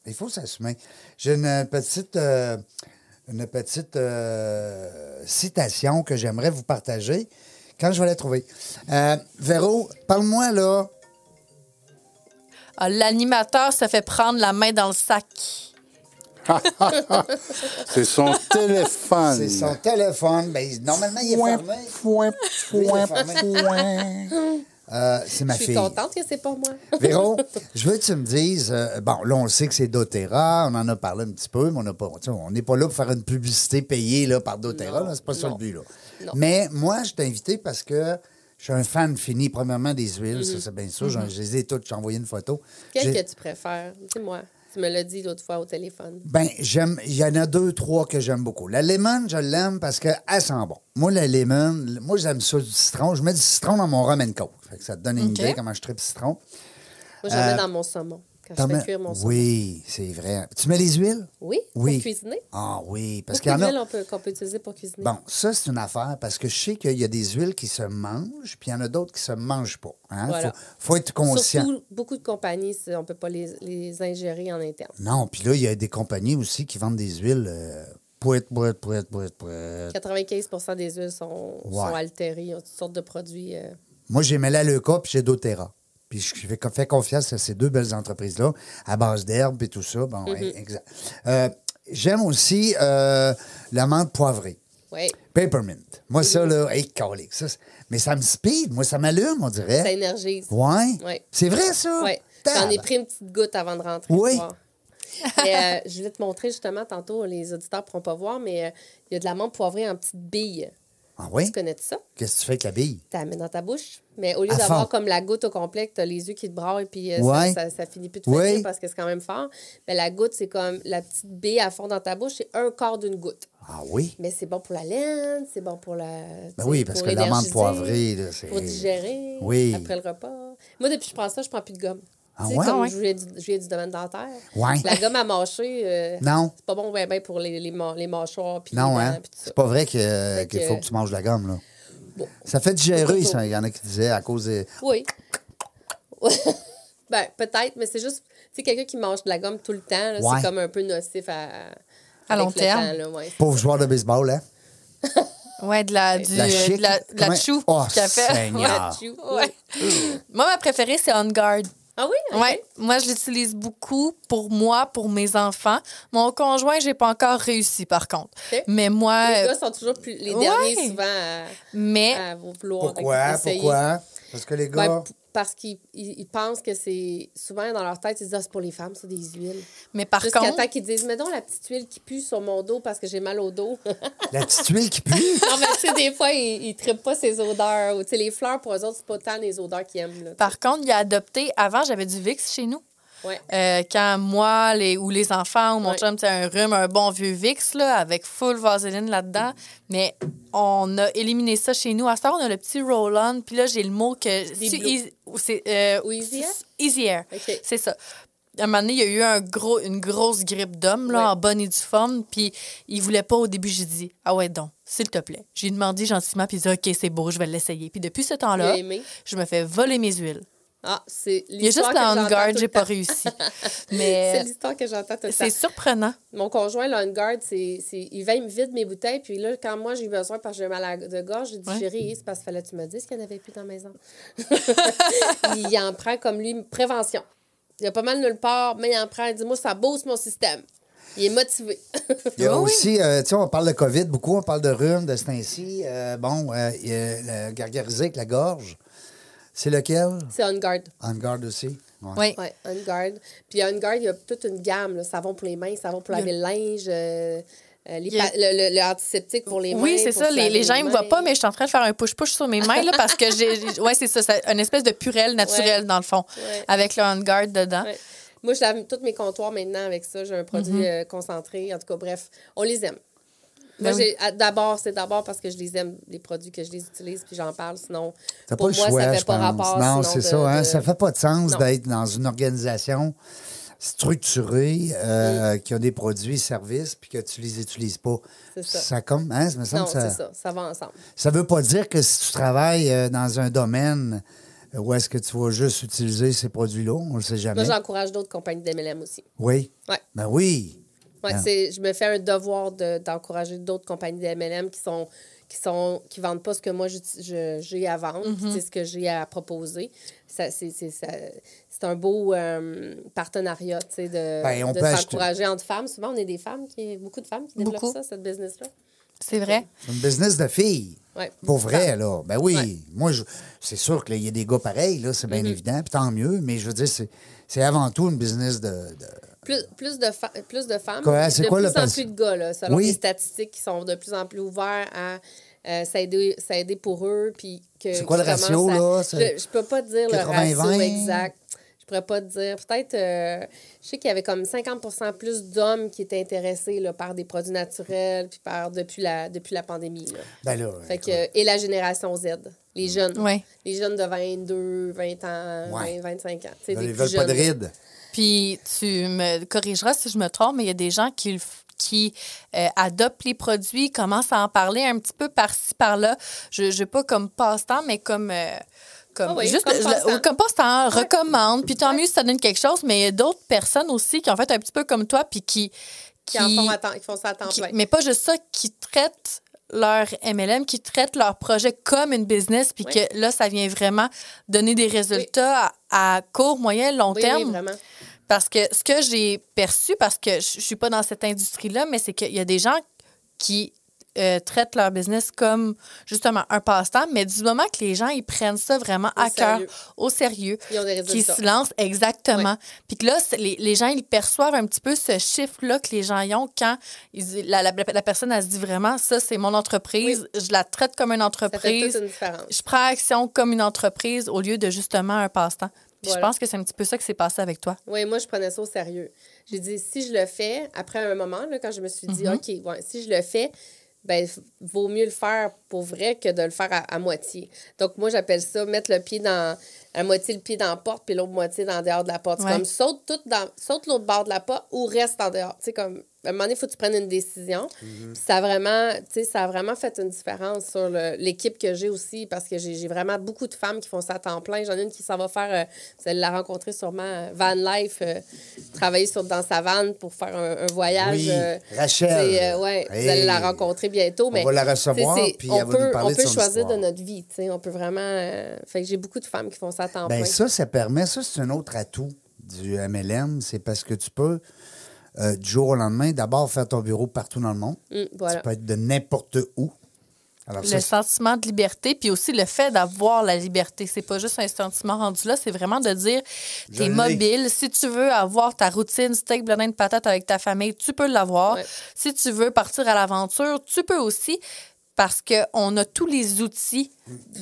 A: Il faut s'assumer. J'ai une petite, euh, une petite euh, citation que j'aimerais vous partager quand je vais la trouver. Euh, Véro, parle-moi là.
C: Ah, L'animateur se fait prendre la main dans le sac.
B: C'est son téléphone.
A: C'est son téléphone. Ben, normalement, il est
B: Point,
A: fermé.
B: point,
A: Lui, il est
B: point,
A: fermé.
B: point.
A: Euh, c'est ma
D: Je suis
A: fille.
D: contente que c'est pas moi.
A: Véro, je veux que tu me dises, euh, bon, là, on le sait que c'est doTERRA, on en a parlé un petit peu, mais on n'a pas- tu sais, on n'est pas là pour faire une publicité payée là, par doTERRA,
D: Non,
A: là, c'est pas ça le
D: non,
A: but. Là.
D: non.
A: Mais moi, je t'ai invité parce que je suis un fan fini, premièrement, des huiles, ça, c'est bien sûr, je les ai toutes, j'ai envoyé une photo.
D: Quel
A: J'ai-
D: Mhm. que tu préfères? Dis-moi. Tu me l'as dit l'autre fois au téléphone.
A: Ben, j'aime. Il y en a deux, trois que j'aime beaucoup. La lemon, je l'aime parce qu'elle sent bon. Moi, la lemon, moi, j'aime ça du citron. Je mets du citron dans mon rhum and coke. Fait que ça te donne une
C: OK.
A: idée comment je tripe citron.
D: Moi, j'en mets dans mon saumon. Quand
A: Euh, T'en
D: je fais
A: mets-
D: cuire mon saumon.
A: Oui, c'est vrai. Tu mets les huiles?
D: Oui, pour
A: Oui.
D: cuisiner.
A: Ah oui, parce qu'il y
D: Beaucoup
A: en a.
D: d'huiles on peut- qu'on peut utiliser pour cuisiner.
A: Bon, ça, c'est une affaire parce que je sais qu'il y a des huiles qui se mangent, puis il y en a d'autres qui se mangent pas. hein.
D: Voilà.
A: Faut, faut être conscient.
D: Surtout, beaucoup de compagnies, c'est- on ne peut pas les, les ingérer en interne.
A: Non, puis là, il y a des compagnies aussi qui vendent des huiles. Euh, pouet, pouet, pouet, pouet, pouet.
D: 95 des huiles sont,
A: Ouais.
D: sont altérées. Ils ont toutes sortes de produits. euh,
A: Moi, j'ai Melaleuca, puis j'ai doTERRA. Puis je fais, fais confiance à ces deux belles entreprises-là, à base d'herbes et tout ça. Bon,
D: Mm-hmm.
A: exact. Euh, J'aime aussi euh, la menthe poivrée.
D: ouais.
A: Peppermint. Moi, ça,
D: Mm-hmm.
A: là, hey, calique, ça, c'est- mais ça me speed. Moi, ça m'allume, on
D: Ça
A: dirait.
D: énergise.
A: Ouais.
D: Ouais.
A: C'est vrai, ça?
D: Ouais. J'en
A: Tabarnak.
D: ai pris une petite goutte avant de rentrer.
A: Oui.
D: le soir. Et, euh, je voulais te montrer justement tantôt, les auditeurs ne pourront pas voir, mais euh, il y a de la menthe poivrée en petites billes.
A: Ah oui?
D: Tu connais ça?
A: Qu'est-ce que tu fais avec la bille?
D: Tu la mets dans ta bouche. Mais au lieu
A: À fond.
D: d'avoir comme la goutte au complet, tu as les yeux qui te braillent et puis euh, ça-
A: Ouais.
D: ça, ça finit plus de
A: Oui.
D: finir parce que c'est quand même fort. Mais la goutte, c'est comme la petite bille à fond dans ta bouche, c'est un quart d'une goutte.
A: Ah oui?
D: Mais c'est bon pour la laine, c'est bon pour la.
A: Ben oui, parce que l'amande
D: l'amande
A: poivrée, là, c'est-
D: Pour digérer.
A: Oui.
D: Après le repas. Moi, depuis que je prends ça, je prends plus de gomme.
A: Ah
D: Tu sais,
A: ouais?
D: Comme
C: Ah ouais.
D: je viens du, je viens du domaine dentaire.
A: Ouais.
D: La gomme à mâcher, euh,
A: Non.
D: c'est pas bon ben, ben pour les, les, ma- les mâchoires. Puis
A: Non,
D: les
A: hein?
D: dents, puis tout ça.
A: C'est pas vrai que, euh,
D: Fait
A: qu'il
D: que-
A: faut que tu manges de la gomme, là.
D: Bon.
A: Ça fait digérer,
D: Plutôt.
A: ça. Il y en a qui disaient à cause des.
D: Oui. ben, peut-être, mais c'est juste, tu sais, quelqu'un qui mange de la gomme tout le temps, là,
A: Ouais.
D: c'est comme un peu nocif à,
C: À long
D: avec le
C: terme.
D: temps, là, ouais.
A: Pauvre joueur de baseball, hein?
C: Ouais, de la, du,
A: La
C: euh,
A: chic-
C: de la, de la
A: comment-
C: chou
A: Oh,
C: qu'elle fait.
A: Seigneur.
C: Ouais.
D: Ah. Achou, oui.
C: Ouais. Moi, ma préférée, c'est On Guard.
D: Ah oui? ok.
C: Ouais, moi je l'utilise beaucoup pour moi, pour mes enfants. Mon conjoint, j'ai pas encore réussi par contre.
D: Ok.
C: Mais moi,
D: Les
C: euh,
D: gars sont toujours plus, les
C: ouais. Eh.
D: derniers souvent à,
C: mais
D: à vouloir
A: Pourquoi?
D: essayer.
A: Pourquoi? Parce que les
D: Ben,
A: gars.
D: p- parce qu'ils ils- ils pensent que c'est. Souvent, dans leur tête, ils disent Ah, c'est pour les femmes, c'est des huiles.
C: Mais par
D: Jusqu'à
C: contre,
D: temps qu'ils disent Mais donc, la petite huile qui pue sur mon dos parce que j'ai mal au dos.
A: La petite huile qui pue.
D: non, mais tu sais, des fois, ils, ils trippent pas ces odeurs. Ou, tu sais, les fleurs, pour eux autres, c'est pas tant les odeurs qu'ils aiment. Là.
C: par contre, il a adopté. Avant, j'avais du VIX chez nous.
D: Ouais.
C: Euh, quand moi les, ou les enfants ou mon
D: Ouais.
C: chum, c'est un rhume, un bon vieux VIX là, avec full vaseline là-dedans. Mais on a éliminé ça chez nous. À ce temps, on a le petit roll-on. Puis là, j'ai le mot que... si-
D: bleus.
C: is- ou c'est, euh,
D: Ou easier?
C: Easier.
D: OK.
C: C'est ça. À un moment donné, il y a eu un gros, une grosse grippe d'hommes, là,
D: Ouais.
C: en bonne et due forme. Puis il voulait pas au début. J'ai dit, ah ouais, donc, s'il te plaît. J'ai demandé gentiment, puis il a dit, OK, c'est beau, je vais l'essayer. Puis depuis ce
D: Il a
C: temps-là,
D: aimé.
C: je me fais voler mes huiles.
D: Ah, c'est
C: Il y a juste
D: que
C: la on
D: j'entends
C: guard,
D: tout
C: j'ai
D: le
C: pas
D: temps.
C: réussi.
D: C'est
C: Mais
D: l'histoire que j'entends tout le temps.
C: c'est surprenant.
D: Mon conjoint, là, une garde, c'est, c'est- il va, il me vide mes bouteilles. Puis là, quand moi, j'ai eu besoin parce que j'ai mal à la de gorge, j'ai dit,
C: Ouais.
D: chérie, c'est parce qu'il fallait que tu me dises qu'il n'y en avait plus dans la maison. il en prend comme lui, prévention. Il y a pas mal nulle part, mais il en prend. Il dit, moi, ça booste mon système. Il est motivé.
A: Il y a
C: Oui, oui.
A: aussi, euh, tu sais, on parle de COVID beaucoup, on parle de rhume, de ce ainsi. bon, euh, il y a le gargariser avec la gorge. C'est lequel?
D: c'est on guard.
A: On guard aussi. Ouais.
C: Oui.
D: Oui, on guard. Puis on guard, il y a toute une gamme. Là, savon pour les mains, savon pour laver le linge, euh, euh, les
C: Il y a-
D: pa- le, le- le antiseptique pour les mains.
C: Oui, c'est
D: pour
C: ça.
D: se
C: Les,
D: laver
C: les gens ne me
D: mains.
C: voient pas, mais je suis en train de faire un push-push sur mes mains là, parce que j'ai. j'ai- Ouais, c'est ça. C'est une espèce de purelle naturelle, dans le fond,
D: Ouais.
C: avec le on-guard dedans.
D: Ouais. Moi, je lave tous mes comptoirs maintenant avec ça. J'ai un produit
A: Mhm.
D: euh, concentré. En tout cas, bref, on les aime. Moi,
C: Ben
D: j'ai- à- d'abord, c'est d'abord parce que je les aime, les produits que je les utilise, puis j'en parle. Sinon,
A: T'as
D: pour
A: pas le
D: moi,
A: choix,
D: ça
A: je
D: fait pas
A: pense.
D: rapport.
A: non,
D: sinon,
A: c'est
D: de-
A: ça. Hein?
D: de-
A: Ça fait pas de sens
D: Non.
A: d'être dans une organisation structurée euh, qui a des produits, services, puis que tu les utilises pas.
D: C'est ça.
A: comme, hein, ça me semble
D: Non,
A: que
D: c'est
A: ça,
D: ça. Ça va ensemble.
A: ça veut pas dire que si tu travailles euh, dans un domaine euh, où est-ce que tu vas juste utiliser ces produits-là, on le sait
D: Moi,
A: jamais.
D: j'encourage d'autres compagnies d'MLM aussi.
A: oui.
D: Ouais.
A: Ben oui.
D: Ouais,
A: Ah.
D: c'est, je me fais un devoir de- d'encourager d'autres compagnies de MLM qui sont qui sont qui vendent pas ce que moi j'uti- je- j'ai à vendre, puis c'est ce que j'ai à proposer. Ça, c'est, c'est, ça- c'est un beau euh, partenariat, tu sais, de,
A: Ben, on
D: de
A: peut
D: s'encourager entre femmes. Souvent, on est des femmes, qui, beaucoup de femmes qui développent
C: Beaucoup.
D: ça, cette business-là.
C: C'est vrai.
A: C'est une business de filles.
D: Ouais.
A: Pour vrai, là. Ben oui.
D: Ouais. Mm-hmm.
A: Moi, je- c'est sûr qu'il y a des gars pareils, là, c'est bien évident, puis tant mieux, mais je veux dire, c'est, c'est avant tout une business de- de
D: Plus, plus, de, fa- plus de femmes,
A: Quoi, c'est
D: de
A: quoi
D: plus
A: le
D: en
A: pas-
D: plus de gars, là, selon
A: Oui.
D: les statistiques qui sont de plus en plus ouverts à euh, s'aider s'aider pour eux. Puis que,
A: C'est quoi le
D: qui commencent
A: ratio, là? C'est
D: Je, je peux pas te dire
A: 80-20?
D: le ratio exact. Je pourrais pas te dire. Peut-être, euh, je sais qu'il y avait comme 50 plus d'hommes qui étaient intéressés là, par des produits naturels, puis par, depuis, la, depuis la pandémie. là.
A: Ben là,
D: Fait
A: écoute,
D: que, et la génération Z,
A: Mm.
D: les jeunes.
C: Ouais.
D: Les jeunes de 22, 20 ans,
A: Ouais.
D: 20, 25 ans. Tu
A: ben
D: sais,
A: là,
D: des
A: ils
D: plus
A: veulent pas de
D: jeunes.
A: rides.
C: Puis tu me corrigeras si je me trompe, mais il y a des gens qui, le f- qui euh, adoptent les produits, commencent à en parler un petit peu par-ci, par-là. Je je veux pas comme passe-temps, mais comme. euh, comme,
D: Ah oui,
C: juste
D: comme
C: je-
D: passe-temps.
C: comme passe-temps, recommande, puis tant mieux si ça donne quelque chose, mais il y a d'autres personnes aussi qui ont fait un petit peu comme toi, puis qui.
D: Qui, en font, à temps- qui font ça à temps
C: qui-
D: plein.
C: mais pas juste ça, qui traitent leur MLM, qui traitent leur projet comme une business, puis
D: Oui.
C: que là, ça vient vraiment donner des résultats à, à court, moyen, long
D: Oui, oui,
C: terme.
D: vraiment.
C: Parce que ce que j'ai perçu, parce que je je suis pas dans cette industrie-là, mais c'est qu'il y a des gens qui euh, traitent leur business comme justement un passe-temps, mais du moment que les gens ils prennent ça vraiment à cœur,
D: sérieux.
C: au sérieux,
D: Ils ont des
C: qui
D: résultats.
C: se lancent exactement. Puis que là, c'est- les, les gens, ils perçoivent un petit peu ce chiffre-là que les gens y ont quand ils- la, la- la personne, elle se dit vraiment, ça, c'est mon entreprise, je la traite comme une
D: Ça fait
C: entreprise,
D: toute une différence.
C: je prends action comme une entreprise au lieu de justement un passe-temps. Puis
D: Voilà.
C: je pense que c'est un petit peu ça qui s'est passé avec toi.
D: Oui, moi, je prenais ça au sérieux. J'ai dit, si je le fais, après un moment, là, quand je me suis
C: Mhm.
D: dit, OK, ouais, si je le fais, ben, f- vaut mieux le faire pour vrai que de le faire à, à moitié. Donc, moi, j'appelle ça mettre le pied dans, à moitié le pied dans la porte, puis l'autre moitié dans dehors de la porte. C'est
C: Ouais.
D: comme saute, tout dans, saute l'autre bord de la porte ou reste en dehors. Tu sais, comme, à un moment donné, il faut que tu prennes une décision.
A: Mm-hmm.
D: Puis ça, a vraiment, tu sais, ça a vraiment fait une différence sur le- l'équipe que j'ai aussi, parce que j'ai j'ai vraiment beaucoup de femmes qui font ça à temps plein. J'en ai une qui s'en va faire, euh, vous allez la rencontrer sûrement, euh, Van Life, euh, travailler sur, dans sa van pour faire un, un voyage.
A: Oui,
D: euh,
A: Rachel.
D: tu sais, euh, ouais,
A: Hey.
D: Vous allez la rencontrer bientôt.
A: On
D: mais,
A: va la
D: tu sais,
A: recevoir,
D: c'est-
A: puis
D: on
A: elle va
D: peut,
A: nous parler de
D: on peut
A: son
D: choisir
A: histoire.
D: de notre vie. tu sais, On peut vraiment. euh, fait que j'ai beaucoup de femmes qui font ça à temps
A: Ben
D: plein.
A: ça, ça permet, ça, c'est un autre atout du MLM, c'est parce que tu peux, euh, du jour au lendemain, d'abord faire ton bureau partout dans le monde.
D: Hum, voilà.
A: Tu peux être de n'importe où. Alors,
C: le
A: ça, c'est-
C: sentiment de liberté, puis aussi le fait d'avoir la liberté. C'est pas juste un sentiment rendu là, c'est vraiment de dire
A: Je
C: t'es
A: l'ai.
C: mobile. Si tu veux avoir ta routine steak, blondin de patate avec ta famille, tu peux l'avoir.
D: Ouais.
C: Si tu veux partir à l'aventure, tu peux aussi. Parce qu'on a tous les outils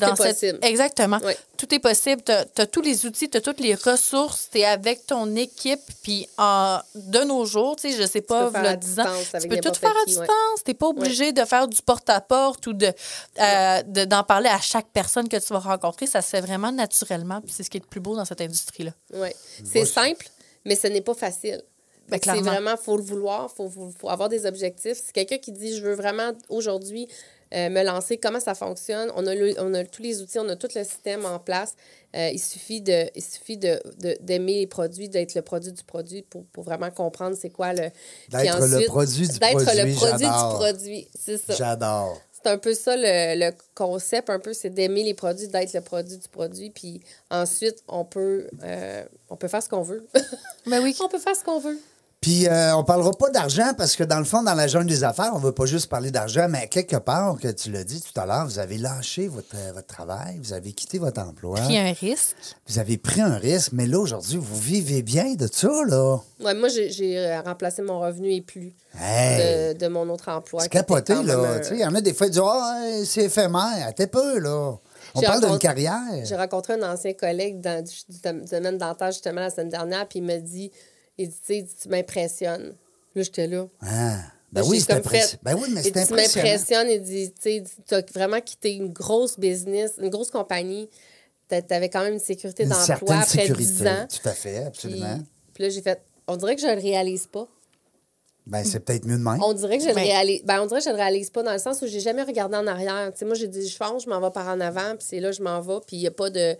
C: dans
D: est
C: cette.
D: possible.
C: Exactement.
D: Ouais.
C: Tout est possible. Tu as, tous les outils, tu as toutes les ressources, tu es avec ton équipe. Puis en- de nos jours, tu sais, je sais pas,
D: faire
C: v'là
D: à
C: 10 ans,
D: distance
C: tu
D: avec
C: peux tout
D: n'importe
C: faire à
D: qui, ouais.
C: distance. Tu n'es pas obligé de faire du porte-à-porte ou de, euh, de- d'en parler à chaque personne que tu vas rencontrer. Ça se fait vraiment naturellement. Puis c'est ce qui est le plus beau dans cette industrie-là.
D: Ouais. C'est simple, mais ce n'est pas facile.
C: Ben,
D: Fait que c'est
C: clairement.
D: vraiment, faut le vouloir, faut, faut, faut avoir des objectifs. Si quelqu'un qui dit, je veux vraiment aujourd'hui euh, me lancer, comment ça fonctionne, on a, le- on a tous les outils, on a tout le système en place. Euh, il suffit de, il suffit de, de- d'aimer les produits, d'être le produit du produit pour, pour vraiment comprendre c'est quoi le. Puis
A: D'être le produit du
D: d'être
A: produit,
D: le produit
A: j'adore.
D: du produit. C'est ça.
A: J'adore.
D: C'est un peu ça le, le concept, un peu, c'est d'aimer les produits, d'être le produit du produit. Puis ensuite, on peut, euh, on peut faire ce qu'on veut.
C: Mais oui.
D: on peut faire ce qu'on veut.
A: Puis euh, on parlera pas d'argent parce que dans le fond, dans la jungle des affaires, on veut pas juste parler d'argent, mais quelque part, que tu l'as dit tout à l'heure, vous avez lâché votre, euh, votre travail, vous avez quitté votre emploi,
C: Puis il y a un risque.
A: vous avez pris un risque, mais là aujourd'hui, vous vivez bien de ça, là.
D: Ouais, moi, j'ai- j'ai euh, remplacé mon revenu et plus
A: Hey.
D: de, de mon autre emploi.
A: C'est
D: qui était
A: capoté,
D: quand même euh,
A: là.
D: un-
A: Tu sais, Il y en a des fois qui disent Ah, hey, c'est éphémère, t'es peu, là. On
D: J'ai
A: parle d'une
D: rencontré-
A: carrière.
D: J'ai rencontré un ancien collègue dans, du, du dom- du domaine dentaire, justement, la semaine dernière, puis il me dit, il dit, tu sais, tu m'impressionnes. Là, j'étais là.
A: Ah. Ben
D: J'ai
A: oui, c'est
D: comme fait-
A: impressionnant. Ben oui, mais
D: il
A: c'est
D: dit, tu
A: impressionnant.
D: m'impressionnes, il dit, tu sais, tu as vraiment quitté une grosse business, une grosse compagnie. T'a- T'avais quand même une sécurité
A: Une
D: d'emploi
A: certaine
D: après
A: sécurité.
D: 10 ans.
A: Tout à fait,
D: Puis,
A: absolument.
D: puis là, j'ai fait, on dirait que je le réalise pas.
A: Ben c'est peut-être mieux de même.
D: On dirait que je le
C: Ouais.
D: réalise. ben, on dirait que je le réalise pas dans le sens où j'ai jamais regardé en arrière. Tu sais, moi, j'ai dit, je fonce, je m'en vais par en avant, puis c'est là, je m'en vais, puis il n'y a pas de.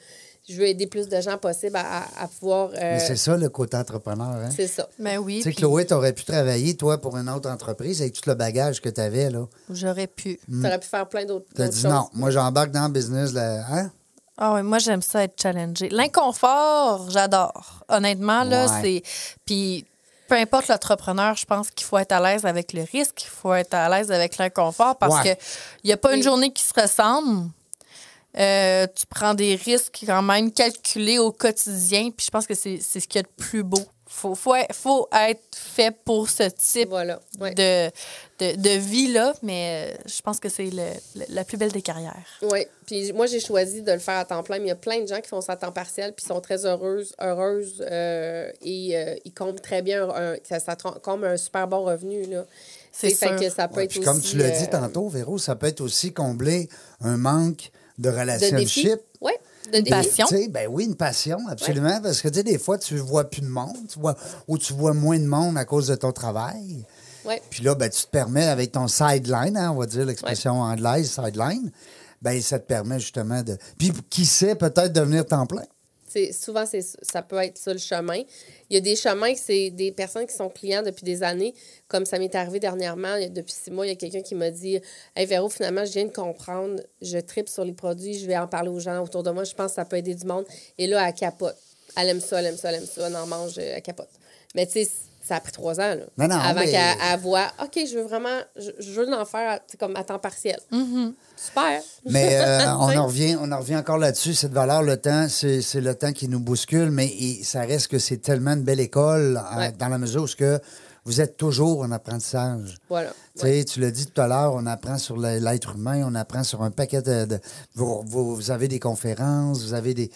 D: Je veux aider plus de gens possible à, à- à pouvoir. euh,
A: Mais c'est ça, le côté entrepreneur. Hein?
D: c'est ça.
C: Mais oui.
A: Tu sais,
C: puis
A: Chloé, t'aurais pu travailler, toi, pour une autre entreprise avec tout le bagage que t'avais, là.
C: J'aurais pu.
D: Tu aurais pu faire plein d'autres
A: Mm. T'as
D: d'autres
A: dit
D: choses.
A: non, moi, j'embarque dans le business, là. Hein?
C: Ah oui, moi j'aime ça être challengée. L'inconfort, j'adore. Honnêtement là,
A: Ouais.
C: c'est puis peu importe l'entrepreneur, je pense qu'il faut être à l'aise avec le risque, il faut être à l'aise avec l'inconfort parce
A: Ouais.
C: que il n'y a pas une
D: Oui.
C: journée qui se ressemble. Euh, tu prends des risques quand même calculés au quotidien, puis je pense que c'est c'est ce qu'il y a de plus beau. Faut, faut, être- faut être fait pour ce type
D: Voilà. Ouais.
C: de, de, de vie-là, mais euh, je pense que c'est le- le- la plus belle des carrières.
D: Oui, puis moi, j'ai choisi de le faire à temps plein, mais il y a plein de gens qui font ça à temps partiel, puis sont très heureuses, heureuses, euh, et euh, ils comptent très bien, un- ça, ça tr- comble un super bon revenu, là.
C: C'est
D: Tu sais, fait
C: sûr.
D: que ça peut
A: Ouais,
D: être
A: puis comme
D: aussi,
A: tu l'as dit
D: euh,
A: tantôt, Véro, ça peut être aussi combler un manque de
D: de défis.
A: relationship.
D: Oui, de
C: Une
D: défis.
C: passion.
A: Tu sais, ben oui, une passion, absolument. Parce que, tu sais, des fois, tu vois plus de monde, tu vois, ou tu vois moins de monde à cause de ton travail.
D: Ouais.
A: Puis là, ben, tu te permets, avec ton sideline, hein, on va dire l'expression anglaise, sideline, ben, ça te permet justement de. Puis, qui sait, peut-être devenir temps plein.
D: C'est- souvent, c'est, ça peut être ça le chemin. Il y a des chemins que c'est des personnes qui sont clients depuis des années, comme ça m'est arrivé dernièrement, il y a- depuis six mois, il y a quelqu'un qui m'a dit Hey Véro, finalement, je viens de comprendre, je tripe sur les produits, je vais en parler aux gens autour de moi, je pense que ça peut aider du monde. Et là, elle capote. Elle aime ça, elle aime ça, elle aime ça, elle en mange, euh, elle capote. Mais tu sais, ça a pris trois ans, là,
A: Non, non,
D: avant
A: mais-
D: qu'elle elle voit OK, je veux vraiment, je, je veux l'en faire à- tu sais, comme à temps partiel. Super.
A: Mais euh, on,
D: Oui.
A: en revient, on en revient encore là-dessus, cette valeur, le temps, c'est c'est le temps qui nous bouscule, mais il- ça reste que c'est tellement une belle école hein,
D: Ouais.
A: dans la mesure où ce que vous êtes toujours en apprentissage.
D: Voilà.
A: Tu sais, Tu l'as dit tout à l'heure, on apprend sur le- l'être humain, on apprend sur un paquet de... de- vous, vous- vous avez des conférences, vous avez des...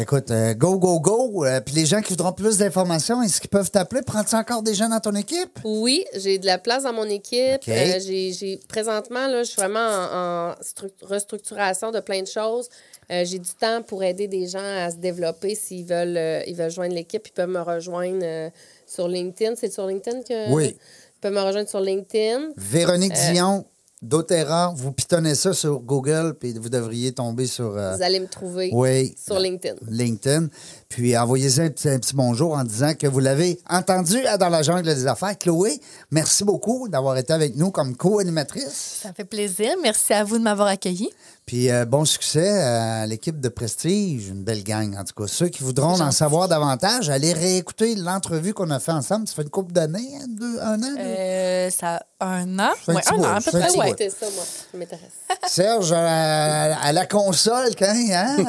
A: Écoute, euh, go, go, go. euh, Puis les gens qui voudront plus d'informations, est-ce qu'ils peuvent t'appeler? Prends-tu encore des gens dans ton équipe?
D: Oui, j'ai de la place dans mon équipe.
A: OK.
D: Euh, j'ai, j'ai- présentement, là, je suis vraiment en, en stru- restructuration de plein de choses. Euh, j'ai du temps pour aider des gens à se développer s'ils veulent, euh, ils veulent joindre l'équipe. Ils peuvent me rejoindre euh, sur LinkedIn. C'est sur LinkedIn que.
A: Oui.
D: Ils peuvent me rejoindre sur LinkedIn.
A: Véronique Dion, doTERRA, vous pitonnez ça sur Google, puis vous devriez tomber sur... euh,
D: Vous allez me trouver
A: Oui.
D: sur LinkedIn.
A: LinkedIn. Puis envoyez-y un petit, un petit bonjour en disant que vous l'avez entendu à Dans la jungle des affaires. Chloé, merci beaucoup d'avoir été avec nous comme co-animatrice.
C: Ça fait plaisir. Merci à vous de m'avoir accueilli.
A: Puis euh, bon succès à l'équipe de Prestige, une belle gang en tout cas. Ceux qui voudront en savoir davantage, allez réécouter l'entrevue qu'on a fait ensemble. Ça fait une couple d'années, hein, deux- un an. deux?
C: Euh, ça a un an.
A: C'est un
C: Ouais,
A: petit
C: un
A: bout,
C: an, à peu
A: c'est un
C: près,
A: petit
C: ouais.
A: bout.
D: C'était Ah ça, moi. Ça m'intéresse.
A: Serge, à, à la console, quand, hein?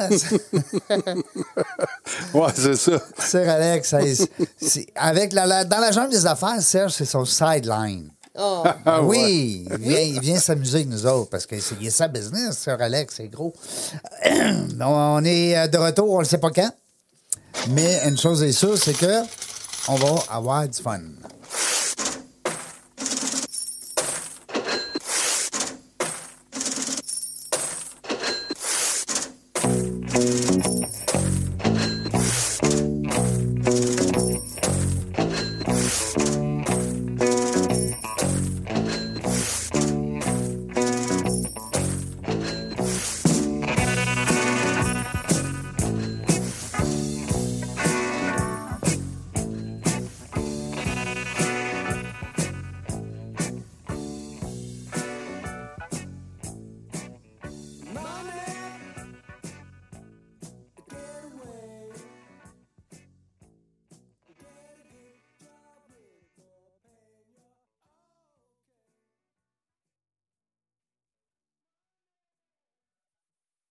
B: Ouais, c'est ça.
A: Sir Alex, ça est- c'est- avec la, la- dans la jambe des affaires, Serge, c'est son sideline.
D: Oh,
A: Ben oui, il vient, il vient s'amuser avec nous autres parce que c'est il est sa business, Sir Alex, c'est gros. on est euh, de retour, on ne sait pas quand. Mais une chose est sûre, c'est que on va avoir du fun.